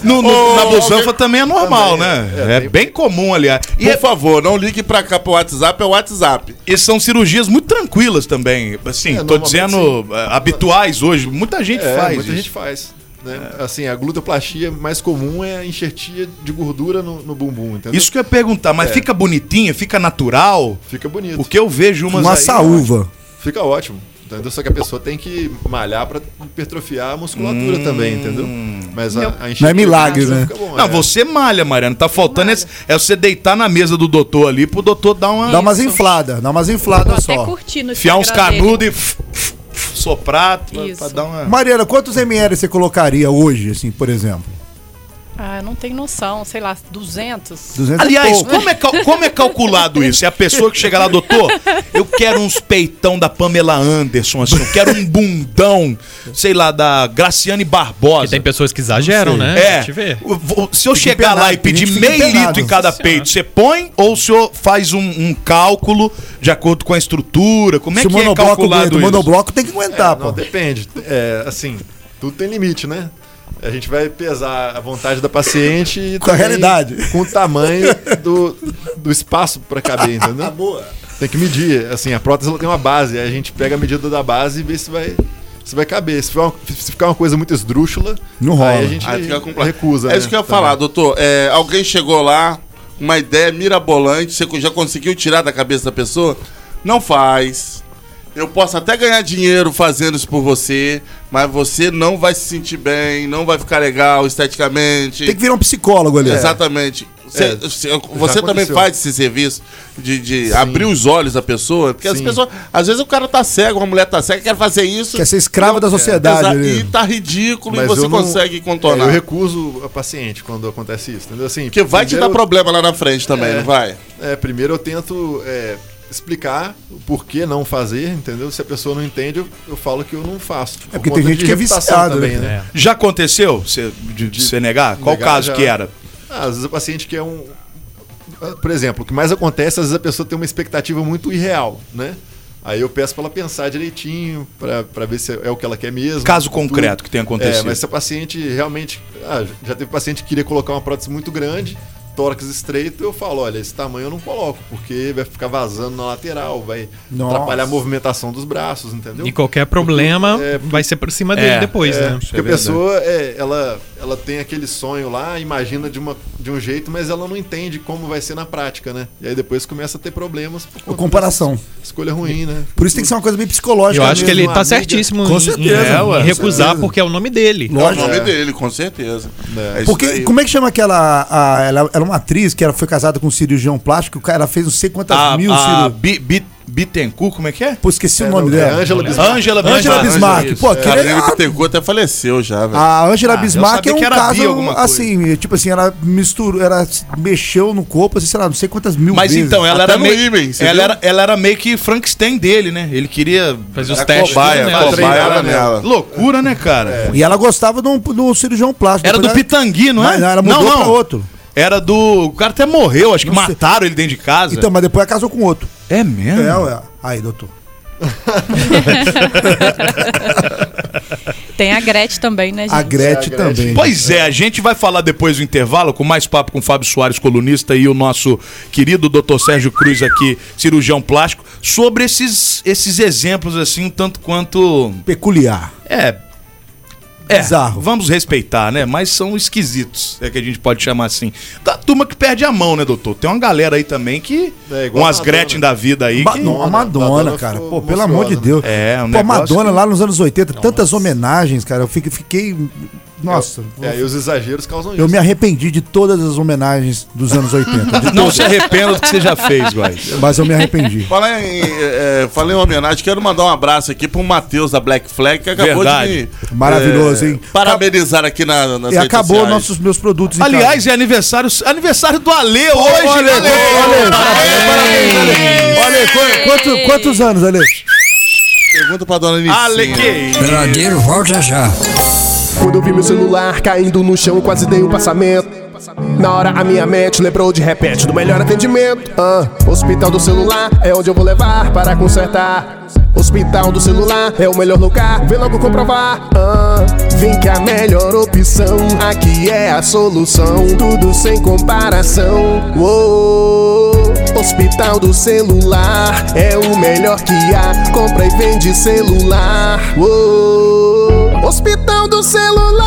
No, no- na busanfa também é normal, né? É, bem comum, aliás. E é Por
favor, não ligue pra cá pro WhatsApp, é o WhatsApp.
E são cirurgias muito tranquilas também. Assim, tô
É, normalmente
dizendo eh, habituais hoje. Muita gente
É,
faz.
Muita
isso.
gente faz. Né? Assim, a glutoplastia mais comum é a enxertia de gordura no, no bumbum, entendeu?
Isso que eu ia perguntar, mas
É.
fica bonitinha, fica natural?
Fica bonito.
Porque eu vejo umas.
Uma
aí-
saúva.
Fica ótimo. Entendeu? Só que a pessoa tem que malhar pra hipertrofiar a
Hum.
musculatura também, entendeu? Mas a, a
é
enxertia de
né?
gordura fica bom,
Não,
é.
você malha, Mariana. Tá faltando é, é você deitar na mesa do doutor ali pro doutor dar uma.
Dá um umas infladas, dá umas infladas
Até
só.
curti no
Enfiar uns
Instagram dele.
canudos e f- f- f- soprar pra,
Isso.
pra dar uma.
Mariana, quantos ml você colocaria hoje, assim, por exemplo?
Ah, eu não tenho noção, sei lá, 200.
200
Aliás, como é, cal- como é calculado isso? É a pessoa que chega lá, doutor, eu quero uns peitão da Pamela Anderson, assim, eu quero um bundão, sei lá, da Graciane Barbosa. tem
pessoas que exageram, né? A
É.
gente vê.
O- vo- Se eu
Fica
chegar
empenado,
lá e
tem
pedir
gente que fica
meio litro
empenado.
em cada
Sim,
peito, você põe ou o senhor faz um, um cálculo de aguento com a estrutura? Como é
Se o
que é
monobloco aguenta,
calculado
o
isso?
monobloco tem que aguentar,
É, não,
pô.
depende. É, assim, tudo tem limite, né? A gente vai pesar a vontade da paciente e
Com a
também
realidade.
com o tamanho do, do espaço pra caber, entendeu? Boa. Tem que medir. Assim, a prótese ela tem uma base. Aí a gente pega a medida da base e vê se vai, se vai caber. Se, for uma- se ficar uma coisa muito esdrúxula, aí a gente
Aí fica com-
recusa.
É isso
né,
que eu ia
também.
falar, doutor. É, alguém chegou lá, uma ideia mirabolante, você já conseguiu tirar da cabeça da pessoa? Não faz. Eu posso até ganhar dinheiro fazendo isso por você, mas você não vai se sentir bem, não vai ficar legal esteticamente.
Tem que virar um psicólogo
É.
ali.
Exatamente. Cê-
É,
cê-
já
você também
aconteceu.
faz esse serviço de, de
Sim.
abrir os olhos da pessoa? Porque as
Sim.
pessoas. Às vezes o cara tá cego, uma mulher tá cega, quer fazer isso.
Quer ser escrava da sociedade,
exa-
né?
E tá ridículo e
Mas
você
eu não-
consegue
é, Eu
contornar.
recuso a paciente quando acontece isso, entendeu? Assim,
Porque vai te
primeiro-
dar problema lá na frente também,
É,
não vai?
É, primeiro eu tento é, explicar o porquê não fazer, entendeu? Se a pessoa não entende, eu, eu falo que eu não faço. Por
porque
conta de reputação né?
Já aconteceu cê- de, de você negar? Qual o
Legal,
caso
já.
que era?
Ah, às vezes o paciente quer um. ah, Por exemplo, o que mais acontece, às vezes a pessoa tem uma expectativa muito irreal, né? Aí eu peço pra ela pensar direitinho, pra pra ver se é o que ela quer mesmo.
Caso
tudo.
concreto que tenha acontecido.
É, mas se a paciente realmente. ah, já teve paciente que queria colocar uma prótese muito grande,
tórax estreito, eu falo, olha, esse tamanho eu não coloco, porque vai ficar vazando na lateral, vai
Nossa.
atrapalhar a movimentação dos braços, entendeu?
E qualquer problema vai ser por cima dele
É,
depois,
é,
né?
Porque a pessoa, é, ela, ela tem aquele sonho lá, imagina de, uma, de um jeito, mas ela não entende como vai ser na prática, né? E aí depois começa a ter problemas. por conta
comparação.
dessa Escolha ruim, né?
Por isso tem que ser uma coisa meio psicológica.
Eu acho que
mesmo,
ele
uma
tá
amiga.
certíssimo em-
Com
em-
certeza.
é, ué,
com
em recusar,
certeza.
porque é o nome dele.
É o nome dele, com certeza. É isso
Porque,
daí.
como é que chama aquela. a- ela era uma atriz que ela foi casada com um cirurgião plástico, o cara ela fez não sei quantas
A,
mil
a
cirurgias.
Bi- Bi- Bittencourt, como é que é?
Pô, esqueci o nome dela.
Angela Bismarck.
Angela Bismarck. Pô,
Cara,
aquele,
ele É, Bittencourt até faleceu já, velho.
A Angela
Ah, eu
Bismarck é
sabia
um
que era bi
caso
alguma coisa.
assim, tipo assim, ela misturou, ela se mexeu no corpo, assim, sei lá, não sei quantas mil
Mas
vezes.
então, ela era, meio, ela,
viu?
era, ela era meio que Frankenstein dele, né? Ele queria fazer
os testes né? tudo nela. Treinava nela.
Loucura, né, cara?
E ela gostava de um, de um cirurgião plástico.
Era do
Depois ela-
Pitangui, não é?
Não, ela mudou pra outro.
Era do. O cara até morreu, acho que mataram ele dentro de casa.
Então, mas depois ela casou com outro.
É mesmo?
É, ué. Aí, doutor.
Tem a Gretchen também, né, gente?
Pois é, a gente vai falar depois do intervalo com mais papo com o Fábio Soares, colunista, e o nosso querido Dr. Sérgio Cruz aqui, cirurgião plástico, sobre esses, esses exemplos assim, um tanto quanto.
Peculiar.
É. É, vamos respeitar, né? Mas são esquisitos, é que a gente pode chamar assim. Da turma que perde a mão, né, doutor? Tem uma galera aí também que.
É, igual
umas
a Madonna.
Gretchen da vida aí. que-
Madonna, Madonna, cara. Pô, pelo amor de Deus.
É, um
Pô, a
negócio
Madonna
que-
lá nos anos 80, tantas homenagens, cara. Eu fiquei. fiquei- nossa.
É, aí os exageros causam
Eu me arrependi de todas as homenagens dos anos 80. de
Não
todas.
se arrependa do que você já fez, Góis.
Mas eu me arrependi.
Fala em, é, é, falei em homenagem, quero mandar um abraço aqui pro Matheus da Black Flag, que acabou
Verdade.
de me. é,
Maravilhoso, hein?
Parabenizar aqui na, nas
E
redes
acabou
sociais.
nossos meus produtos. em casa.
Aliás, é aniversário, aniversário do Ale
Ô,
hoje,
Ale,
Ale!
Ale, Olha, qu- quanto- quantos anos, Ale?
Pergunta pra dona Nicinha.
Ale, que
Peladeiro, volta já. Quando eu vi meu celular caindo no chão, quase dei um passamento. Na hora a minha mente lembrou de repente do melhor atendimento. Ah, hospital do celular é onde eu vou levar para consertar. Hospital do celular é o melhor lugar, vem logo comprovar. Ah, vem que a melhor opção aqui é a solução, tudo sem comparação. Uou, hospital do celular é o melhor que há, compra e vende celular. Uou, hospital do celular.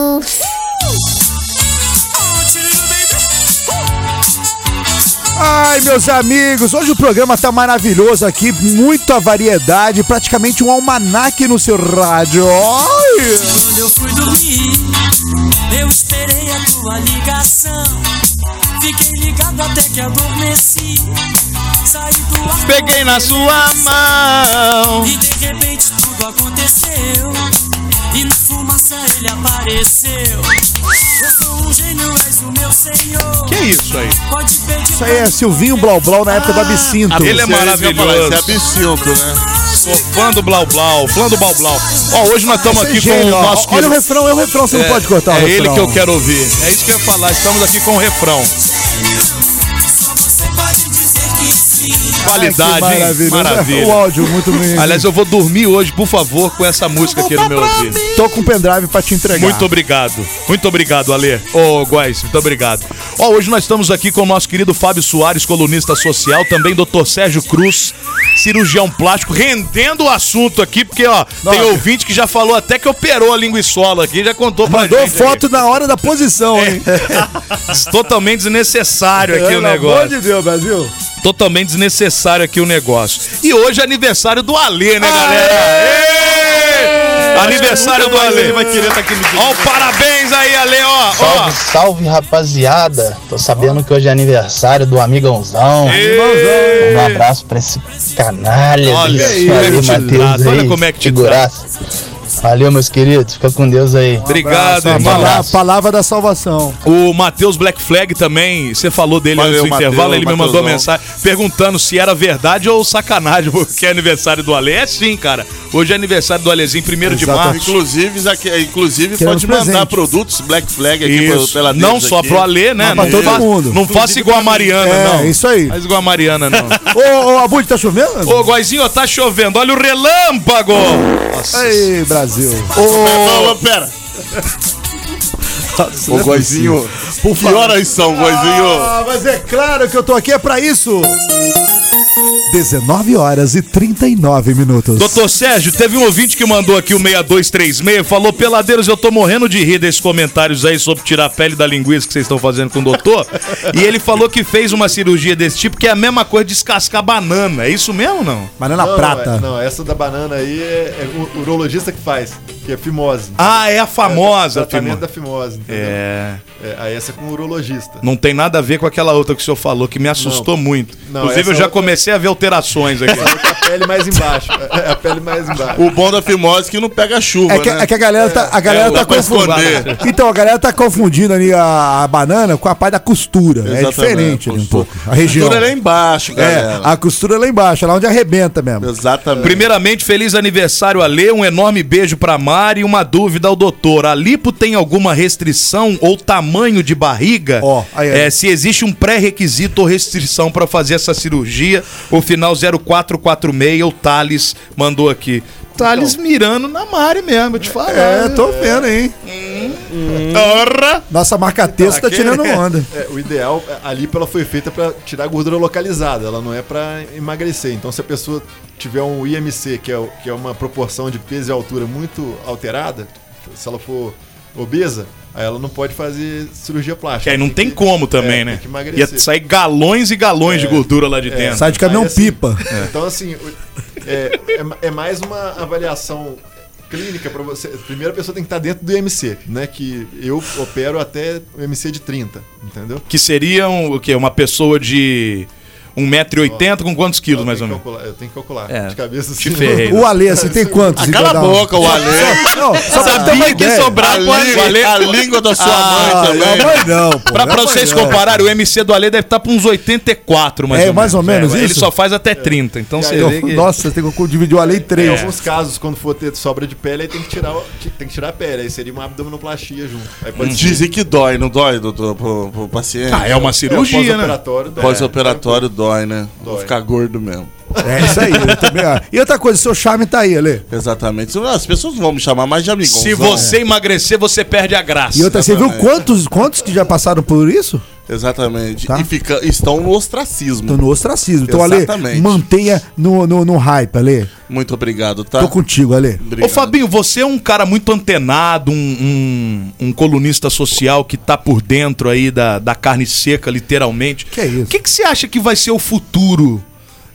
Ai, meus amigos, hoje o programa tá maravilhoso aqui, muita variedade, praticamente um almanaque no seu rádio. Ai!
Quando eu fui dormir, eu esperei a tua ligação. Fiquei ligado até que adormeci. Saí do ar.
Peguei na sua mão.
E de repente tudo aconteceu. E na fumaça ele apareceu. Eu sou um gênio, és o meu senhor.
Que é isso aí?
Pode pedir
Isso aí é Silvinho Blau Blau na época do Absinto.
Ele é maravilhoso.
Esse é absinto, né?
Sou fã do Blau Blau, fã do Blau Blau. Ó, hoje nós estamos
Esse é
aqui com
gênio,
o
ó.
nosso
Olha o refrão, é o refrão, você não pode cortar o
É ele
refrão.
que eu quero ouvir. É isso que eu ia falar, estamos aqui com o refrão.
Só você pode dizer que sim.
Qualidade,
Ai, que
hein?
maravilha.
Maravilha.
O áudio muito lindo.
Aliás, eu vou dormir hoje, por favor, com essa música aqui no meu ouvido.
Tô com um pendrive pra te entregar.
Muito obrigado. Muito obrigado, Ale. Ô, Góis, muito obrigado. Ó, hoje nós estamos aqui com o nosso querido Fábio Soares, colunista social, também Dr. Sérgio Cruz, cirurgião plástico, rendendo o assunto aqui, porque, ó, tem ouvinte que já falou até que operou a linguiçola aqui, já contou pra
Mandou
gente. É,
foto na hora da posição, hein?
aqui. Totalmente desnecessário aqui o
Pelo
negócio.
amor de Deus, Brasil.
Totalmente desnecessário aqui o negócio. E hoje é aniversário do Alê, né, galera? Ê! Tá Aniversário do Alê. Ele vai querer tá aqui Ó, o parabéns aí, Alê, ó. ó.
Salve, salve, rapaziada. Tô sabendo que hoje é aniversário do amigãozão. Um abraço pra esse canalha.
Olha
disso
aí,
aí,
como é que te
Matheus
trata,
aí,
olha como é que te
figuraça. Valeu, meus queridos. Fica com Deus aí.
Obrigado, irmão.
Pala- palavra da salvação.
O Matheus Black Flag também, você falou dele
Valeu,
antes do
Matheus,
intervalo, ele me mandou
Matheusão.
mensagem perguntando se era verdade ou sacanagem, porque é aniversário do Ale. É sim, cara. Hoje é aniversário do Alezinho, primeiro de
Exatamente.
março.
Inclusive, Zaque- inclusive
Queremos
pode mandar
presente.
produtos Black Flag aqui
Isso.
pelo- pela
não
News
só
aqui.
pro Alê, né?
Pra
não
todo
fa-
mundo.
Não faça igual a Mariana,
É,
não.
isso aí.
Faz igual a Mariana, não.
Ô, ô, Abud, tá chovendo?
Ô, Goizinho, ó, tá chovendo. Olha o relâmpago.
É
Nossa.
Ei, Brasil.
Ô, pera. Ô,
é
Goizinho,
Por
que horas são, Goizinho?
Ah, mas é claro que eu tô aqui é pra isso. 19 horas e 39 minutos.
Doutor Sérgio, teve um ouvinte que mandou aqui o 6236, falou, peladeiros, eu tô morrendo de rir desses comentários aí sobre tirar a pele da linguiça que vocês estão fazendo com o doutor. e ele falou que fez uma cirurgia desse tipo, que é a mesma coisa de descascar banana. É isso mesmo ou não?
Banana
não, é- Não, essa da banana aí é, é o urologista que faz, que é fimose.
Ah, é a famosa,
É, tratamento
fimo-
da fimose, entendeu?
É.
É, aí essa é com o urologista.
Não tem nada a ver com aquela outra que o senhor falou, que me assustou
Não.
muito.
Não,
Inclusive, eu
essa
já
outra-
comecei a ver alterações aqui.
A pele mais embaixo. É a pele mais embaixo.
O bom da fimose é que não pega chuva,
É que,
né?
é que a galera tá, a galera
É,
tá
dá pra
confundindo.
esconder.
Então, a galera tá confundindo ali a, a banana com a parte da costura. É
Exatamente,
diferente ali um pouco. A região.
Costura é lá embaixo, galera.
É, a costura é lá embaixo, é lá onde arrebenta mesmo.
Exatamente.
Primeiramente, feliz aniversário a Lê, um enorme beijo pra Mari e uma dúvida ao doutor. A lipo tem alguma restrição ou tamanho de barriga?
aí, aí.
É, se existe um pré-requisito ou restrição pra fazer essa cirurgia, o final 0446, o Thales mandou aqui. Thales
Então.
mirando na Mari mesmo, eu te Hum. falo.
É, tô vendo, hein? Nossa marca texto tá
Aquele-
tirando onda.
É, o ideal, a lipo ela foi feita para tirar a gordura localizada, ela não é para emagrecer. Então, se a pessoa tiver um IMC, que é, o- que é uma proporção de peso e altura muito alterada, se ela for obesa, aí ela não pode fazer cirurgia plástica.
Que aí não tem como também,
é,
né?
Tem que emagrecer.
Ia sair galões e galões de gordura lá de
É,
dentro.
Sai de caminhão
aí, assim,
um pipa.
Então, assim, o- é, é- é mais uma avaliação clínica para você. Primeiro, a pessoa tem que estar dentro do IMC, né? Que eu opero até o IMC de 30, entendeu?
Que seriam o quê? Uma pessoa de 1,80m com quantos quilos, mais ou menos?
Calcular- Eu tenho que calcular.
É.
De cabeça
Te ferrei.
O Alê, assim, tem quantos?
Ah, cala
Então,
a
dá um-
boca, o Alê.
Não, só pra ter uma
Sabia que
ideia.
sobrar pro Alê.
é
Ah, minha mãe
não, é pô,
pra
minha
pra
mãe
vocês
não.
compararem, o MC do Alê deve estar pra uns 84, mais
É,
ou
mais ou menos
Ele
isso?
só faz até 30, então você
Então,
vê que...
Nossa, tem que dividir o Alê em
Em
É.
três.
alguns casos, quando for ter sobra de pele, aí tem que tirar, o- ti- tem que tirar a pele. Aí seria uma abdominoplastia junto. Aí pode ser-
Dizem que dói, não dói, doutor, pro, pro paciente?
Ah, é uma cirurgia,
É,
pós-operatório dói.
Pós-operatório dói. Pós-operatório dói, né? Vou ficar gordo mesmo.
É isso aí, eu também acho. E outra coisa, seu charme tá aí, Alê.
Exatamente. As pessoas não vão me chamar mais de amigão.
Se você emagrecer, você perde a graça.
E outra, você viu quantos, quantos que já passaram por isso?
É. Exatamente. E fica, estão no ostracismo.
Estão Tá. no ostracismo. Então, Ale,
Exatamente.
mantenha no, no, no hype, Ale.
Muito obrigado, tá?
Tô contigo, Ale.
Ô Fabinho, você é um cara muito antenado, um, um- um colunista social que tá por dentro aí da, da carne seca, literalmente. Que é isso? O que, que você acha que vai ser o futuro?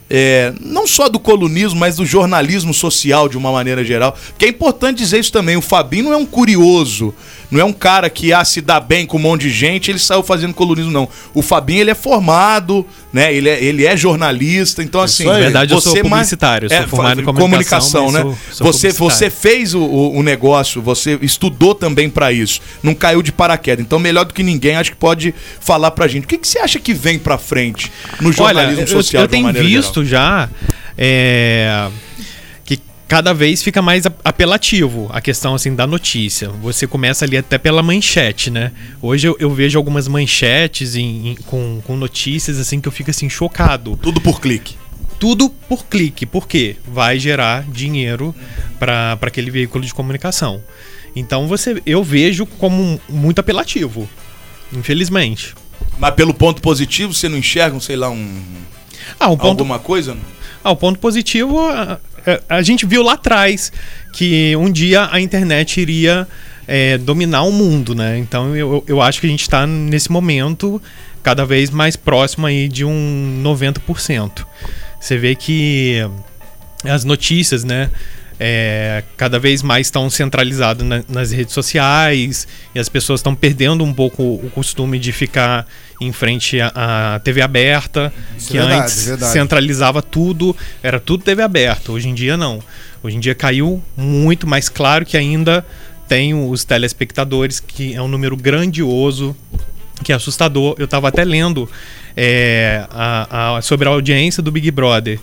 é, não só do colunismo, mas do jornalismo social de uma maneira geral. Porque é importante dizer isso também. O Fabinho não é um curioso, não é um cara que ah, se dá bem com um monte de gente, ele saiu fazendo colunismo, não. O Fabinho ele é formado, né? Ele é, ele é jornalista, então assim.
aí. Na verdade, eu sou
mais-
publicitário, sou formado em
fa-
comunicação, mas
né?
sou- sou
você, você
publicitário.
fez o, o- o negócio, você estudou também pra isso, não caiu de paraquedas. Então, melhor do que ninguém, acho que pode falar pra gente. O que, que você acha que vem pra frente no jornalismo
eu-
social
Eu,
de uma
tenho
maneira
visto já é, que cada vez fica mais ap- apelativo a questão assim da notícia. Você começa ali até pela manchete, né? Hoje eu, eu vejo algumas manchetes em- em- com, com notícias assim que eu fico assim chocado.
Tudo por clique.
Tudo por clique, porque vai gerar dinheiro para aquele veículo de comunicação. Então você, eu vejo como um, muito apelativo, infelizmente.
Mas pelo ponto positivo, você não enxerga, um, sei lá, um.
Ah, um ponto-
Alguma coisa?
Ah, o ponto positivo, a, a- a gente viu lá atrás que um dia a internet iria é, dominar o mundo, né? Então eu, eu acho que a gente está nesse momento cada vez mais próximo aí de um 90%. Você vê que as notícias, né? é, cada vez mais estão centralizados na- nas redes sociais e as pessoas estão perdendo um pouco o costume de ficar em frente à, à TV aberta,
Isso é
que
verdade,
antes
verdade.
centralizava tudo, era tudo TV aberta. Hoje em dia não. Hoje em dia caiu muito, mas claro que ainda tem os telespectadores, que é um número grandioso, que é assustador. Eu estava até lendo é, a- a- sobre a audiência do Big Brother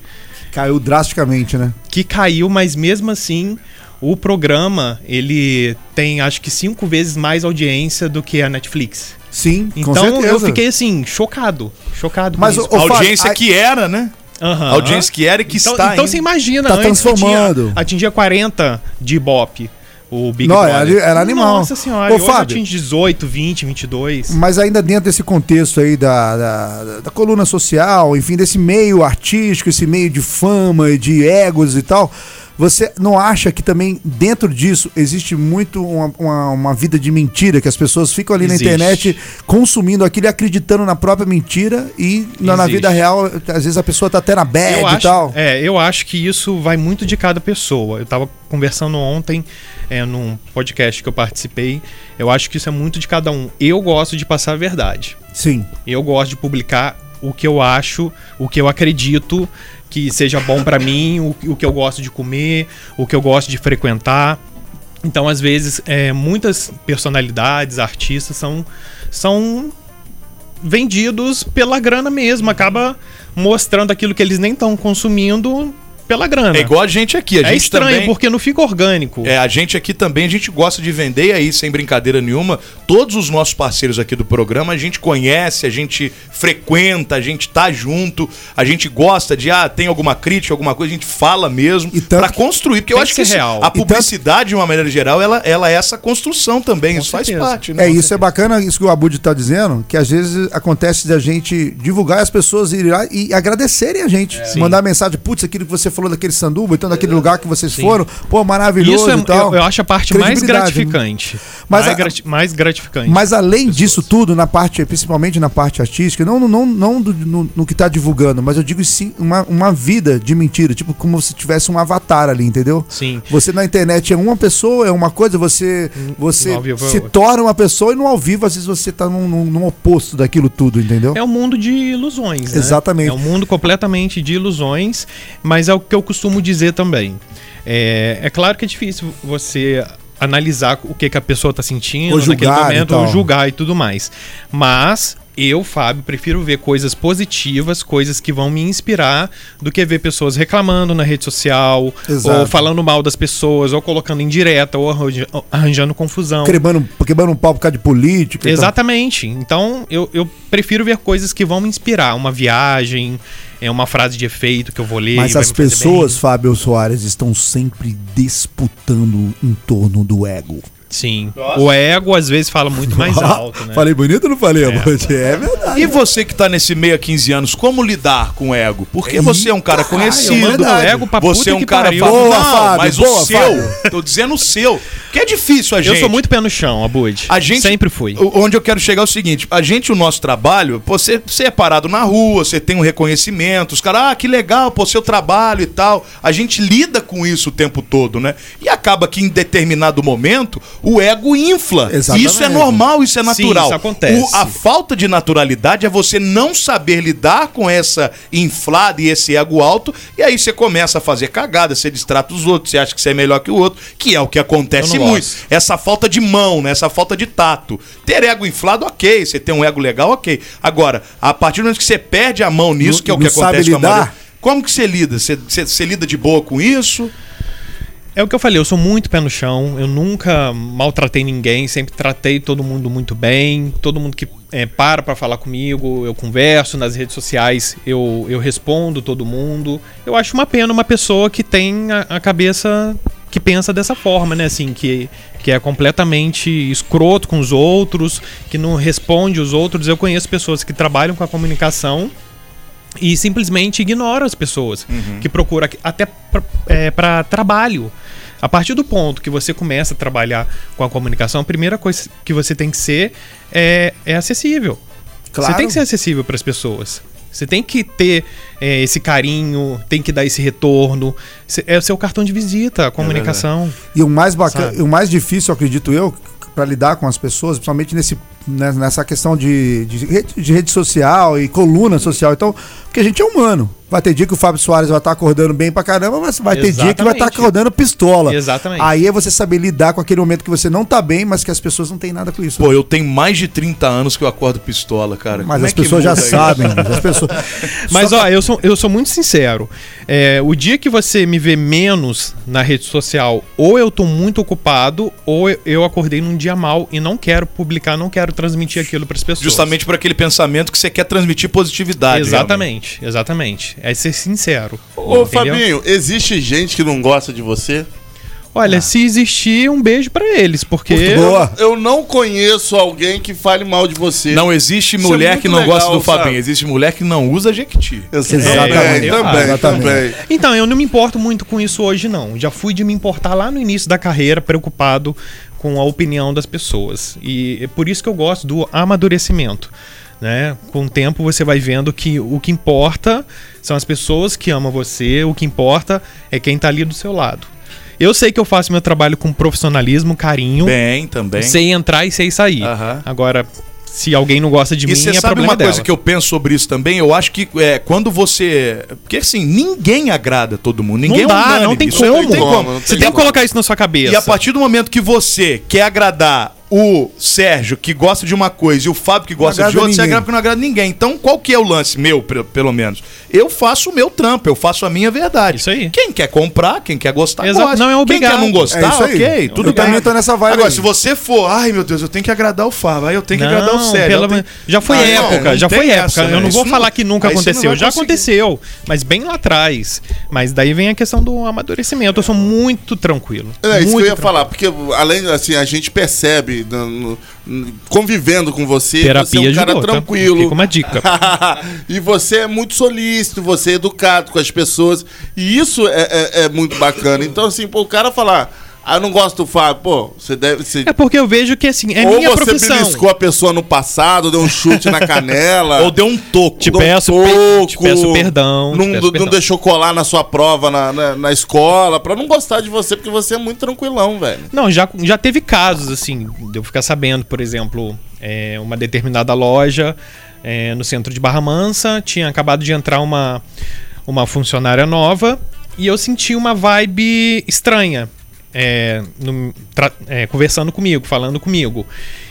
Caiu drasticamente, né?
que caiu, mas mesmo assim o programa ele tem acho que cinco vezes mais audiência do que a Netflix.
Sim, com
então eu
certeza.
fiquei assim chocado, chocado.
Mas,
com
ô, ô, Fábio, Audiência a- que era, né?
Aham.
A audiência que era e que
então,
está
Então
ainda.
você imagina,
Tá
antes que tinha-
transformando.
atingia 40 de Ibope, o Big
Não, é
Brother.
era- era animal.
Nossa senhora,
Ô,
hoje
Fábio.
atinge 18, 20, 22.
Mas ainda dentro desse contexto aí da, da, da coluna social, enfim, desse meio artístico, esse meio de fama e de egos e tal, você não acha que também dentro disso existe muito uma, uma, uma vida de mentira, que as pessoas ficam ali
Existe.
na internet consumindo aquilo e acreditando na própria mentira e na, na
Existe.
vida real, às vezes a pessoa tá até na bad
eu
e
acho,
tal.
É, eu acho que isso vai muito de cada pessoa. Eu tava conversando ontem é, num podcast que eu participei. Eu acho que isso é muito de cada um. Eu gosto de passar a verdade.
Sim.
Eu gosto de publicar o que eu acho, o que eu acredito que seja bom pra mim, o, o que eu gosto de comer, o que eu gosto de frequentar. Então, às vezes, é, muitas personalidades, artistas são, são vendidos pela grana mesmo. Acaba mostrando aquilo que eles nem estão consumindo pela grana.
É igual a gente aqui, a
é
gente
estranho,
também-
porque não fica orgânico.
É, a gente aqui também, a gente gosta de vender, e aí, sem brincadeira nenhuma, todos os nossos parceiros aqui do programa, a gente conhece, a gente frequenta, a gente tá junto, a gente gosta de, ah, tem alguma crítica, alguma coisa, a gente fala mesmo, pra construir, porque eu
tem
acho
que
que
ser
isso-
real.
a publicidade, de uma maneira geral, ela, ela é essa construção também, isso faz parte, né?
É, isso é bacana, isso que o Abud tá dizendo, que às vezes acontece da gente divulgar e as pessoas irem lá e agradecerem a gente.
É.
Mandar mensagem, putz, aquilo que você falou daquele sanduba, então daquele lugar que vocês foram, pô, maravilhoso
Isso é,
e tal.
eu, eu acho a parte mais
Credibilidade,
né?
né?
gratificante.
Mas
mais,
a-
grati- mais gratificante.
Mas além disso tudo, na parte, principalmente na parte artística, não, não, não do- no, no que tá divulgando, mas eu digo sim uma, uma vida de mentira, tipo como se tivesse um avatar ali, entendeu?
Sim.
Você na internet é uma pessoa, é uma coisa, você, você
no ao vivo é
se
outra.
torna uma pessoa e no ao vivo, às vezes, você tá num, num- num oposto daquilo tudo, entendeu?
É um mundo de ilusões, né?
Exatamente.
É um mundo completamente de ilusões, mas é o que eu costumo dizer também. É, é claro que é difícil você analisar o que, que a pessoa está sentindo
Ou julgar e tal.
ou julgar e tudo mais. Mas eu, Fábio, prefiro ver coisas positivas, coisas que vão me inspirar, do que ver pessoas reclamando na rede social,
Exato.
ou falando mal das pessoas, ou colocando indireta, ou arranja- arranjando confusão.
Quebrando, quebrando um pau por causa de política. e tal.
Exatamente. Então, eu, eu prefiro ver coisas que vão me inspirar. Uma viagem, é uma frase de efeito que eu vou ler. e
Mas
vai
as
me fazer
pessoas, Fábio Soares, estão sempre disputando em torno do ego.
bem. Sim. O ego, às vezes, fala muito mais alto, né?
Falei bonito ou não falei, Abud? É verdade.
E você que tá nesse meio a 15 anos, como lidar com o ego? Porque você é um cara conhecido,
eu mando o ego pra
você
puta
é um
que
cara
pariu.
famoso.
Boa,
não,
Fábio,
mas
boa,
o seu,
Fábio.
tô dizendo o seu, porque é difícil a gente.
Eu sou muito pé no chão, Abud.
A gente,
Sempre fui.
O- Onde eu quero chegar é o seguinte: a gente, o nosso trabalho, pô, você, você é parado na rua, você tem um reconhecimento, os caras, ah, que legal, pô, seu trabalho e tal. A gente lida com isso o tempo todo, né? E acaba que em determinado momento o ego infla.
Exatamente.
Isso é normal, isso é
Sim,
natural.
isso acontece.
O- a falta de naturalidade é você não saber lidar com essa inflada e esse ego alto, e aí você começa a fazer cagada, você distrata os outros, você acha que você é melhor que o outro, que é o que acontece
Eu não
muito.
gosto.
Essa falta de mão, né? essa falta de tato. Ter ego inflado, ok. Você tem um ego legal, ok. Agora, a partir do momento que você perde a mão nisso,
Não-
que é o
não
que acontece
sabe
com a maioria,
lidar?
como que você lida? Você, você- você lida de boa com isso?
É o que eu falei, eu sou muito pé no chão, eu nunca maltratei ninguém, sempre tratei todo mundo muito bem, todo mundo que é, para pra falar comigo, eu converso nas redes sociais, eu, eu respondo todo mundo. Eu acho uma pena uma pessoa que tem a, a cabeça que pensa dessa forma, né? Assim, que, que é completamente escroto com os outros, que não responde os outros. Eu conheço pessoas que trabalham com a comunicação e simplesmente ignora as pessoas que procura aqui- até para trabalho. A partir do ponto que você começa a trabalhar com a comunicação, a primeira coisa que você tem que ser é, é acessível.
Claro.
Você tem que ser acessível para as pessoas. Você tem que ter é, esse carinho, tem que dar esse retorno. Cê- É o seu cartão de visita, a comunicação.
E o mais bacana,
Sabe?
o mais difícil, eu acredito eu, para lidar com as pessoas, principalmente nesse, né, nessa questão de, de, rede, de rede social e coluna social. Então, porque a gente é humano. Vai ter dia que o Fábio Soares vai estar acordando bem pra caramba, mas vai ter dia que vai estar
Exatamente.
acordando pistola.
Exatamente.
Aí é você saber lidar com aquele momento que você não tá bem, mas que as pessoas não têm nada com isso.
Pô, eu tenho mais de 30 anos que eu acordo pistola, cara.
Mas
Como
as
é que
pessoas já
muda isso?
sabem, né? as pessoas-
Mas ó, eu sou, eu sou muito sincero. É, o dia que você me vê menos na rede social, ou eu tô muito ocupado, ou eu- eu acordei num dia mal e não quero publicar, não quero transmitir aquilo pras pessoas.
Justamente por aquele pensamento que você quer transmitir positividade.
Exatamente, exatamente. É ser sincero.
Ô,
entendeu?
Fabinho, existe gente que não gosta de você?
Olha, se existir, um beijo pra eles, porque.
Eu, eu não conheço alguém que fale mal de você.
Não existe
Isso é
mulher
muito
que não
legal,
gosta do
sabe?
Fabinho, existe mulher que não usa Jequiti. É,
Exatamente. É, Também, também.
Então, eu não me importo muito com isso hoje, não. Já fui de me importar lá no início da carreira, preocupado com a opinião das pessoas. E é por isso que eu gosto do amadurecimento. Né? Com o tempo você vai vendo que o que importa são as pessoas que amam você, o que importa é quem tá ali do seu lado. Eu sei que eu faço meu trabalho com profissionalismo, carinho.
Bem, também.
Sei entrar e sei sair. Agora, se alguém não gosta de
e
mim,
você
é
sabe
problema
uma coisa
dela.
que eu penso sobre isso também? Eu acho que é, quando você. Porque assim, ninguém agrada todo mundo. Ninguém
não
é
dá,
unânime,
não tem
isso
como.
Não tem como.
Você tem que colocar isso na sua cabeça.
E a partir do momento que você quer agradar o Sérgio, que gosta de uma coisa, e o Fábio, que gosta de
agrada
outra, você
ninguém.
agrada porque não agrada ninguém. Então, qual que é o lance meu, pre- pelo menos? Eu faço o meu trampo, eu faço a minha verdade. Isso aí. Quem quer comprar, quem quer gostar,
Exato,
gosta.
não é obrigado.
Quem quer não gostar,
É isso aí.
ok,
Eu
tudo bem.
também tô nessa vibe
Agora,
aí.
se você for, ai meu Deus, eu tenho que agradar o Fábio, aí eu tenho que
Não,
agradar o Sérgio.
pelo
eu tenho-
menos- Já foi
Ah, não,
época,
não
já
tem
foi época.
essa, né?
Eu não vou
Isso
falar que nunca
aí você não
aconteceu.
vai
Já
conseguir.
aconteceu, mas bem lá atrás. Mas daí vem a questão do amadurecimento. Eu sou muito tranquilo.
É isso que eu
muito
ia falar, porque além assim, a gente percebe no- no- no- convivendo com você,
Terapia
você é um
ajudou,
cara
tá?
tranquilo.
Fica uma dica.
e você é muito solícito, você é educado com as pessoas. E isso é, é- é muito bacana. Então, assim, pô, o cara falar, ah, eu não gosto do Fábio, pô, você deve. Você...
É porque eu vejo que assim, é
Ou
minha
você
profissão.
beliscou a pessoa no passado, deu um chute na canela.
Ou deu um toco.
Te
Deu um
peço pe- te peço perdão, te
Não,
peço
não
perdão.
deixou colar na sua prova na, na, na escola, pra não gostar de você, porque você é muito tranquilão, velho.
Não, já, já teve casos, assim, de eu ficar sabendo, por exemplo, é, uma determinada loja é, no centro de Barra Mansa, tinha acabado de entrar uma, uma funcionária nova e eu senti uma vibe estranha. é, no- tra- é, conversando comigo, falando comigo.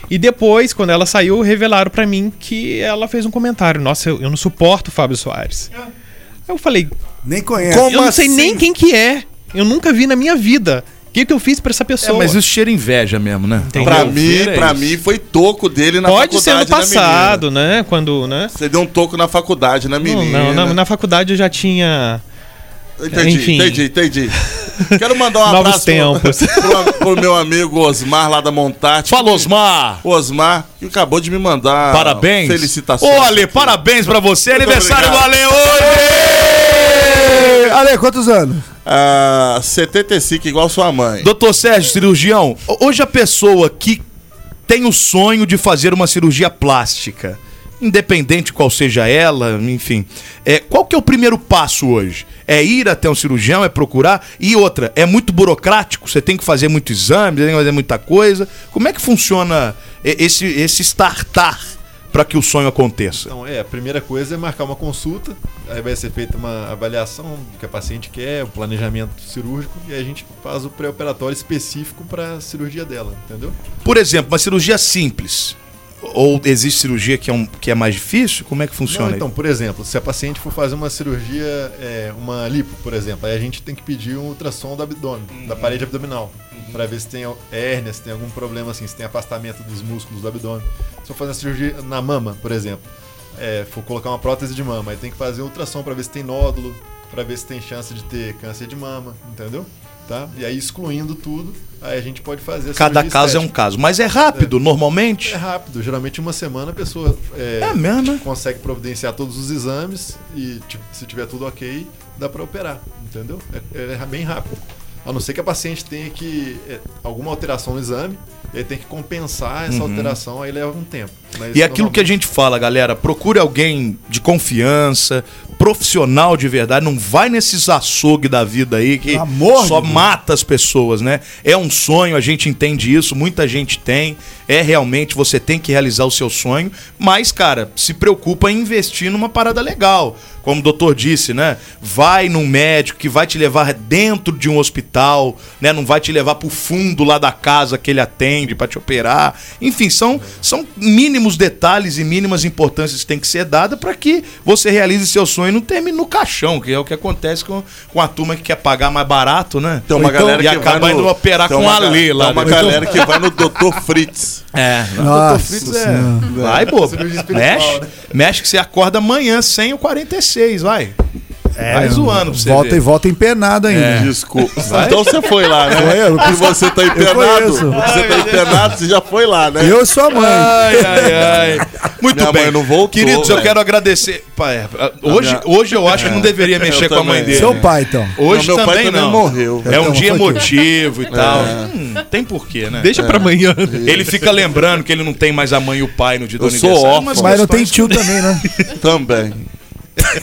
E depois, quando ela saiu, revelaram pra mim que ela fez um comentário: Nossa, eu, eu não suporto o Fábio Soares. Eu falei:
Nem conhece. assim?
eu não
assim?
sei nem quem que é. Eu nunca vi na minha vida. O que, que eu fiz pra essa pessoa?
mas isso cheira inveja mesmo, né?
Pra mim, pra mim foi toco dele na
Pode ser no
faculdade. da menina.
passado, né? Quando, né?
Você deu um toco na faculdade, na
Não,
menina.
não, na, na faculdade eu já tinha.
Entendi,
Enfim.
entendi, entendi. Quero mandar um
Novos
abraço
tempos.
Pro, pro meu amigo Osmar lá da Montarte. Fala,
Osmar!
Osmar, que acabou de me
Ah,
mandar
Parabéns.
felicitações. né?
Ô, Ale, parabéns pra você. aniversário do Ale
hoje! Ale, quantos anos?
Ah, 75, igual sua mãe.
Doutor Sérgio, cirurgião, hoje a pessoa que tem o sonho de fazer uma cirurgia plástica, independente qual seja ela, enfim, é, qual que é o primeiro passo hoje? É ir até um cirurgião, é procurar? E outra, é muito burocrático, você tem que fazer muito exame, você tem que fazer muita coisa. Como é que funciona e- esse, esse startar para que o sonho aconteça?
Então, é, a primeira coisa é marcar uma consulta, aí vai ser feita uma avaliação do que a paciente quer, o planejamento cirúrgico, e aí a gente faz o pré-operatório específico para a cirurgia dela, entendeu?
Por exemplo, uma cirurgia simples. Ou existe cirurgia que é, um- que é mais difícil? Como é que funciona?
Não,
isso?
então, por exemplo, se a paciente for fazer uma cirurgia, é, uma lipo, por exemplo, aí a gente tem que pedir um ultrassom do abdômen, da parede abdominal, para ver se tem é hérnia, se tem algum problema assim, se tem afastamento dos músculos do abdômen. Se for fazer uma cirurgia na mama, por exemplo, é, for colocar uma prótese de mama, aí tem que fazer um ultrassom para ver se tem nódulo, para ver se tem chance de ter câncer de mama, entendeu? Tá? E aí excluindo tudo, aí a gente pode fazer a
Cada
cirurgia
caso é um
estética.
caso. Mas é rápido, normalmente?
É rápido, geralmente uma semana a pessoa é,
né?
consegue providenciar todos os tipo, exames e ti- se tiver tudo ok, dá pra operar, entendeu? É, é bem rápido. A não ser que a paciente tenha que é, alguma alteração no exame, ele tem que compensar essa
Uhum.
alteração, aí leva um tempo. Mas
E é aquilo que a gente fala, galera, procure alguém de confiança, profissional de verdade, não vai nesses açougue da vida aí que só mata as pessoas, né? É um sonho, a gente entende isso, muita gente tem, é realmente, você tem que realizar o seu sonho, mas, cara, se preocupa em investir numa parada legal. Como o doutor disse, né? Vai num médico que vai te levar dentro de um hospital, né? Não vai te levar pro fundo lá da casa que ele atende pra te operar. Enfim, são, são mínimos detalhes e mínimas importâncias que tem que ser dada pra que você realize seu sonho e não termine no caixão, que é o que acontece com, com a turma que quer pagar mais barato, né?
Tem uma
Ou então-
galera
e
que vai
acaba
no-
indo operar
tem
com
uma
a
ga-
Lê lá. né? Então-
tem uma
depois.
galera que vai no Dr. Fritz.
É.
Nossa
Ah,
Dr. Fritz é.
Senhora.
Vai, pô.
Cirurgia espiritual,
Mexe.
né?
Mexe que você acorda amanhã sem o 46, vai. É, vai
É,
zoando pra você
Volta
ver.
e volta empenado ainda.
É.
Desculpa.
Vai.
Então você foi lá, né?
Foi eu.
E você tá
Eu
empenado.
conheço.
Ah,
Você tá empenado, você já foi lá,
É.
né?
Eu sou a mãe.
Ai, ai, ai. Muito
Minha
bem.
mãe não voltou,
Queridos, eu
velho.
quero agradecer. Pai, é, hoje,
minha-
hoje eu acho que não
É.
deveria mexer
Eu
com a mãe
também.
dele.
Seu pai, então.
Hoje
Não, meu pai
também,
também
não.
morreu.
É um
Então,
dia
foi aqui.
emotivo e tal.
É.
Hum, tem porquê, né?
Deixa
É.
pra amanhã.
Ele fica lembrando que ele não tem mais a mãe e o pai no dia do
Eu sou
aniversário.
órfão.
Umas
Mas não tem
questões-
tio também, né?
Também.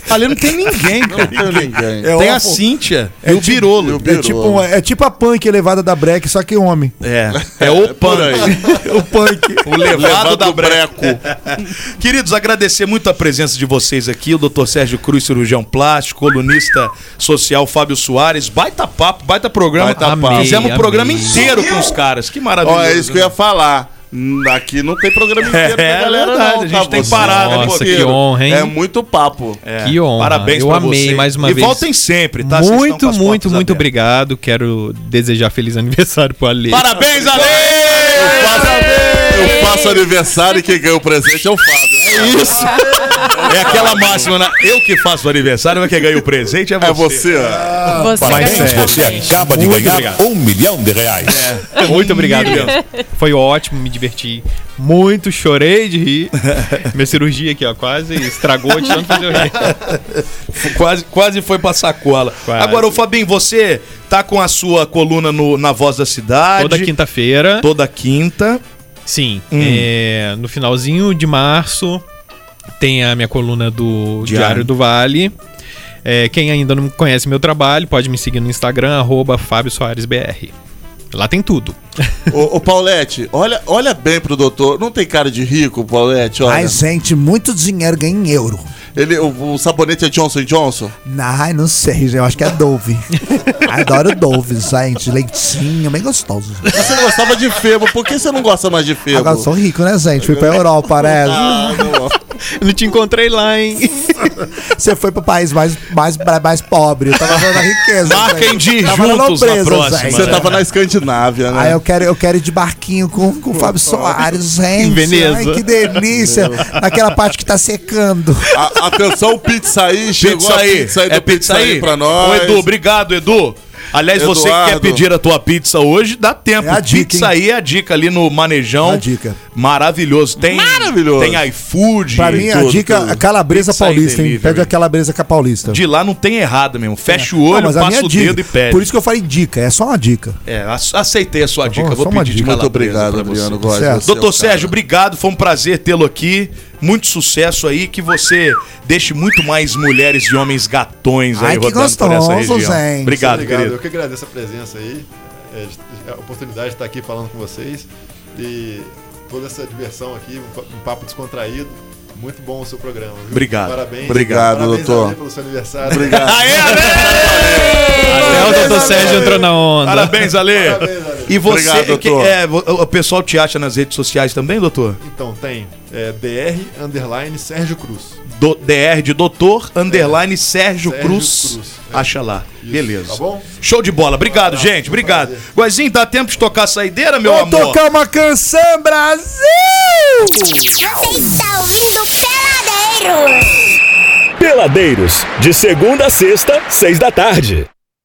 Ali não tem ninguém, cara.
Não tem ninguém.
tem
É
a
um-
Cíntia e o Birolo.
É tipo, um- é tipo a punk elevada da break, só que homem.
É, é o punk.
o punk.
O levado,
Um Levado
da
do
breco.
É.
Queridos, agradecer muito a presença de vocês aqui. O Dr. Sérgio Cruz, cirurgião plástico, colunista social Fábio Soares. Baita papo, baita programa.
Baita papo.
Fizemos
Amei,
o programa
amei.
inteiro com os caras. Que maravilha.
Ó, é isso que eu ia falar. Hum, Aqui não tem programa inteiro pra
É, é
galera,
verdade,
não,
a gente
tá?
tem
Você-
parada, né,
Nossa,
Boqueiro?
que honra, hein?
É muito papo.
Que honra.
né? É. Parabéns
eu
pra
amei
você.
mais uma
E
vez.
voltem sempre, tá? Vocês estão com
Muito,
as
muito,
portas
muito
abertas.
obrigado. Quero desejar feliz aniversário pro Ale.
Parabéns, Ale! Eu
faço, eu faço aniversário e quem ganha o presente é o Fábio. É isso.
É aquela máxima, né? Eu que faço o aniversário, mas quem ganha o presente é você. É
você,
Você ganhou.
acaba
de ganhar
um milhão de reais.
Muito obrigado,
Meu.
Leandro. Foi ótimo, me diverti muito, chorei de rir. Minha cirurgia aqui, ó, quase estragou de tanto fazer eu rir.
quase, quase foi pra sacola. Agora, o Fabinho, você tá com a sua coluna no- na Voz da Cidade.
Toda quinta-feira.
Toda quinta.
Sim.
Hum.
é, no finalzinho de março tem a minha coluna do
Diário.
Diário, do Vale. É, quem ainda não conhece meu trabalho, pode me seguir no Instagram, arroba Fábio Soares BR. Lá tem tudo.
Ô, ô, Paulette, olha, olha bem pro doutor. Não tem cara de rico, Paulette? Olha.
Ai, gente, muito dinheiro ganha em euro.
Ele, o, o sabonete é Johnson Johnson?
Ai, não sei, gente, eu acho que é Dove. Adoro Dove, gente. Leitinho, bem gostoso.
Você gostava de febo, por que você não gosta mais de febo? Ah,
Agora é eu Ah. sou rico, né, gente? Fui pra Europa, né? parece.
Não te encontrei lá, hein?
Você foi pro país mais, mais, mais pobre. Eu tava na riqueza.
Marquem
gente.
de ir
tá Tava na
juntos na
nobreza,
próxima.
gente.
Você tava na Escandinávia, né?
Ah.
Aí eu quero, eu quero ir de barquinho com, com o Fábio Soares, gente.
Veneza.
Ai, que delícia. Naquela parte que tá secando.
A- atenção, o pizzaí chegou
Pizzaí.
a pizzaí do
é
pizzaí
pizzaí
pra nós.
Ô, Edu, obrigado, Edu. Aliás, você que quer
Eduardo.
pedir a tua pizza hoje, dá tempo.
É a dica,
pizzaí é a dica ali no Manejão.
É a dica.
Maravilhoso. Tem, Maravilhoso. Tem iFood.
Pra mim, a
tudo,
dica
tudo.
é calabresa
Pizzaí
paulista, hein?
delivery.
Pede a calabresa com a é paulista.
De lá não tem errado mesmo. Fecha o olho,
É. Não, mas a
passa
minha
o
dica.
dedo e pede.
Por isso que eu falei dica, é só uma dica.
É, ac- aceitei a sua dica.
bom,
Vou
só uma
pedir de
dica.
calabresa
Muito obrigado,
pra
Adriano,
você.
gosto
Certo.
é
do seu,
Doutor Sérgio, obrigado. Foi um prazer tê-lo aqui. Muito sucesso aí. Que você deixe muito mais mulheres e homens gatões aí
Ai, que
rodando por essa
gostoso,
região.
gente.
Obrigado,
Obrigado,
querido.
Eu que agradeço a presença aí, é, de- a oportunidade de estar aqui falando com vocês e toda essa diversão aqui, um pa- um papo descontraído. Muito bom o seu programa. viu?
Obrigado.
Parabéns.
Obrigado,
Parabéns,
doutor.
Ale, pelo seu aniversário.
Obrigado.
Ah, é?
Até o doutor Sérgio entrou na onda.
Parabéns, Ale. E você,
Obrigado,
que-
doutor.
é, vo- o pessoal te acha nas redes sociais também, doutor?
Então tem é, DR underline Sérgio Cruz. É.
Do, DR de doutor, underline Sérgio,
Sérgio
Cruz.
Cruz, é.
Acha lá. Beleza.
Tá bom?
Show de bola. Obrigado, gente. Obrigado. Guazinho, dá tempo de tocar a saideira, meu
Vou
amor?
tocar uma canção, Brasil!
tá
Peladeiros, de segunda a sexta, seis da tarde.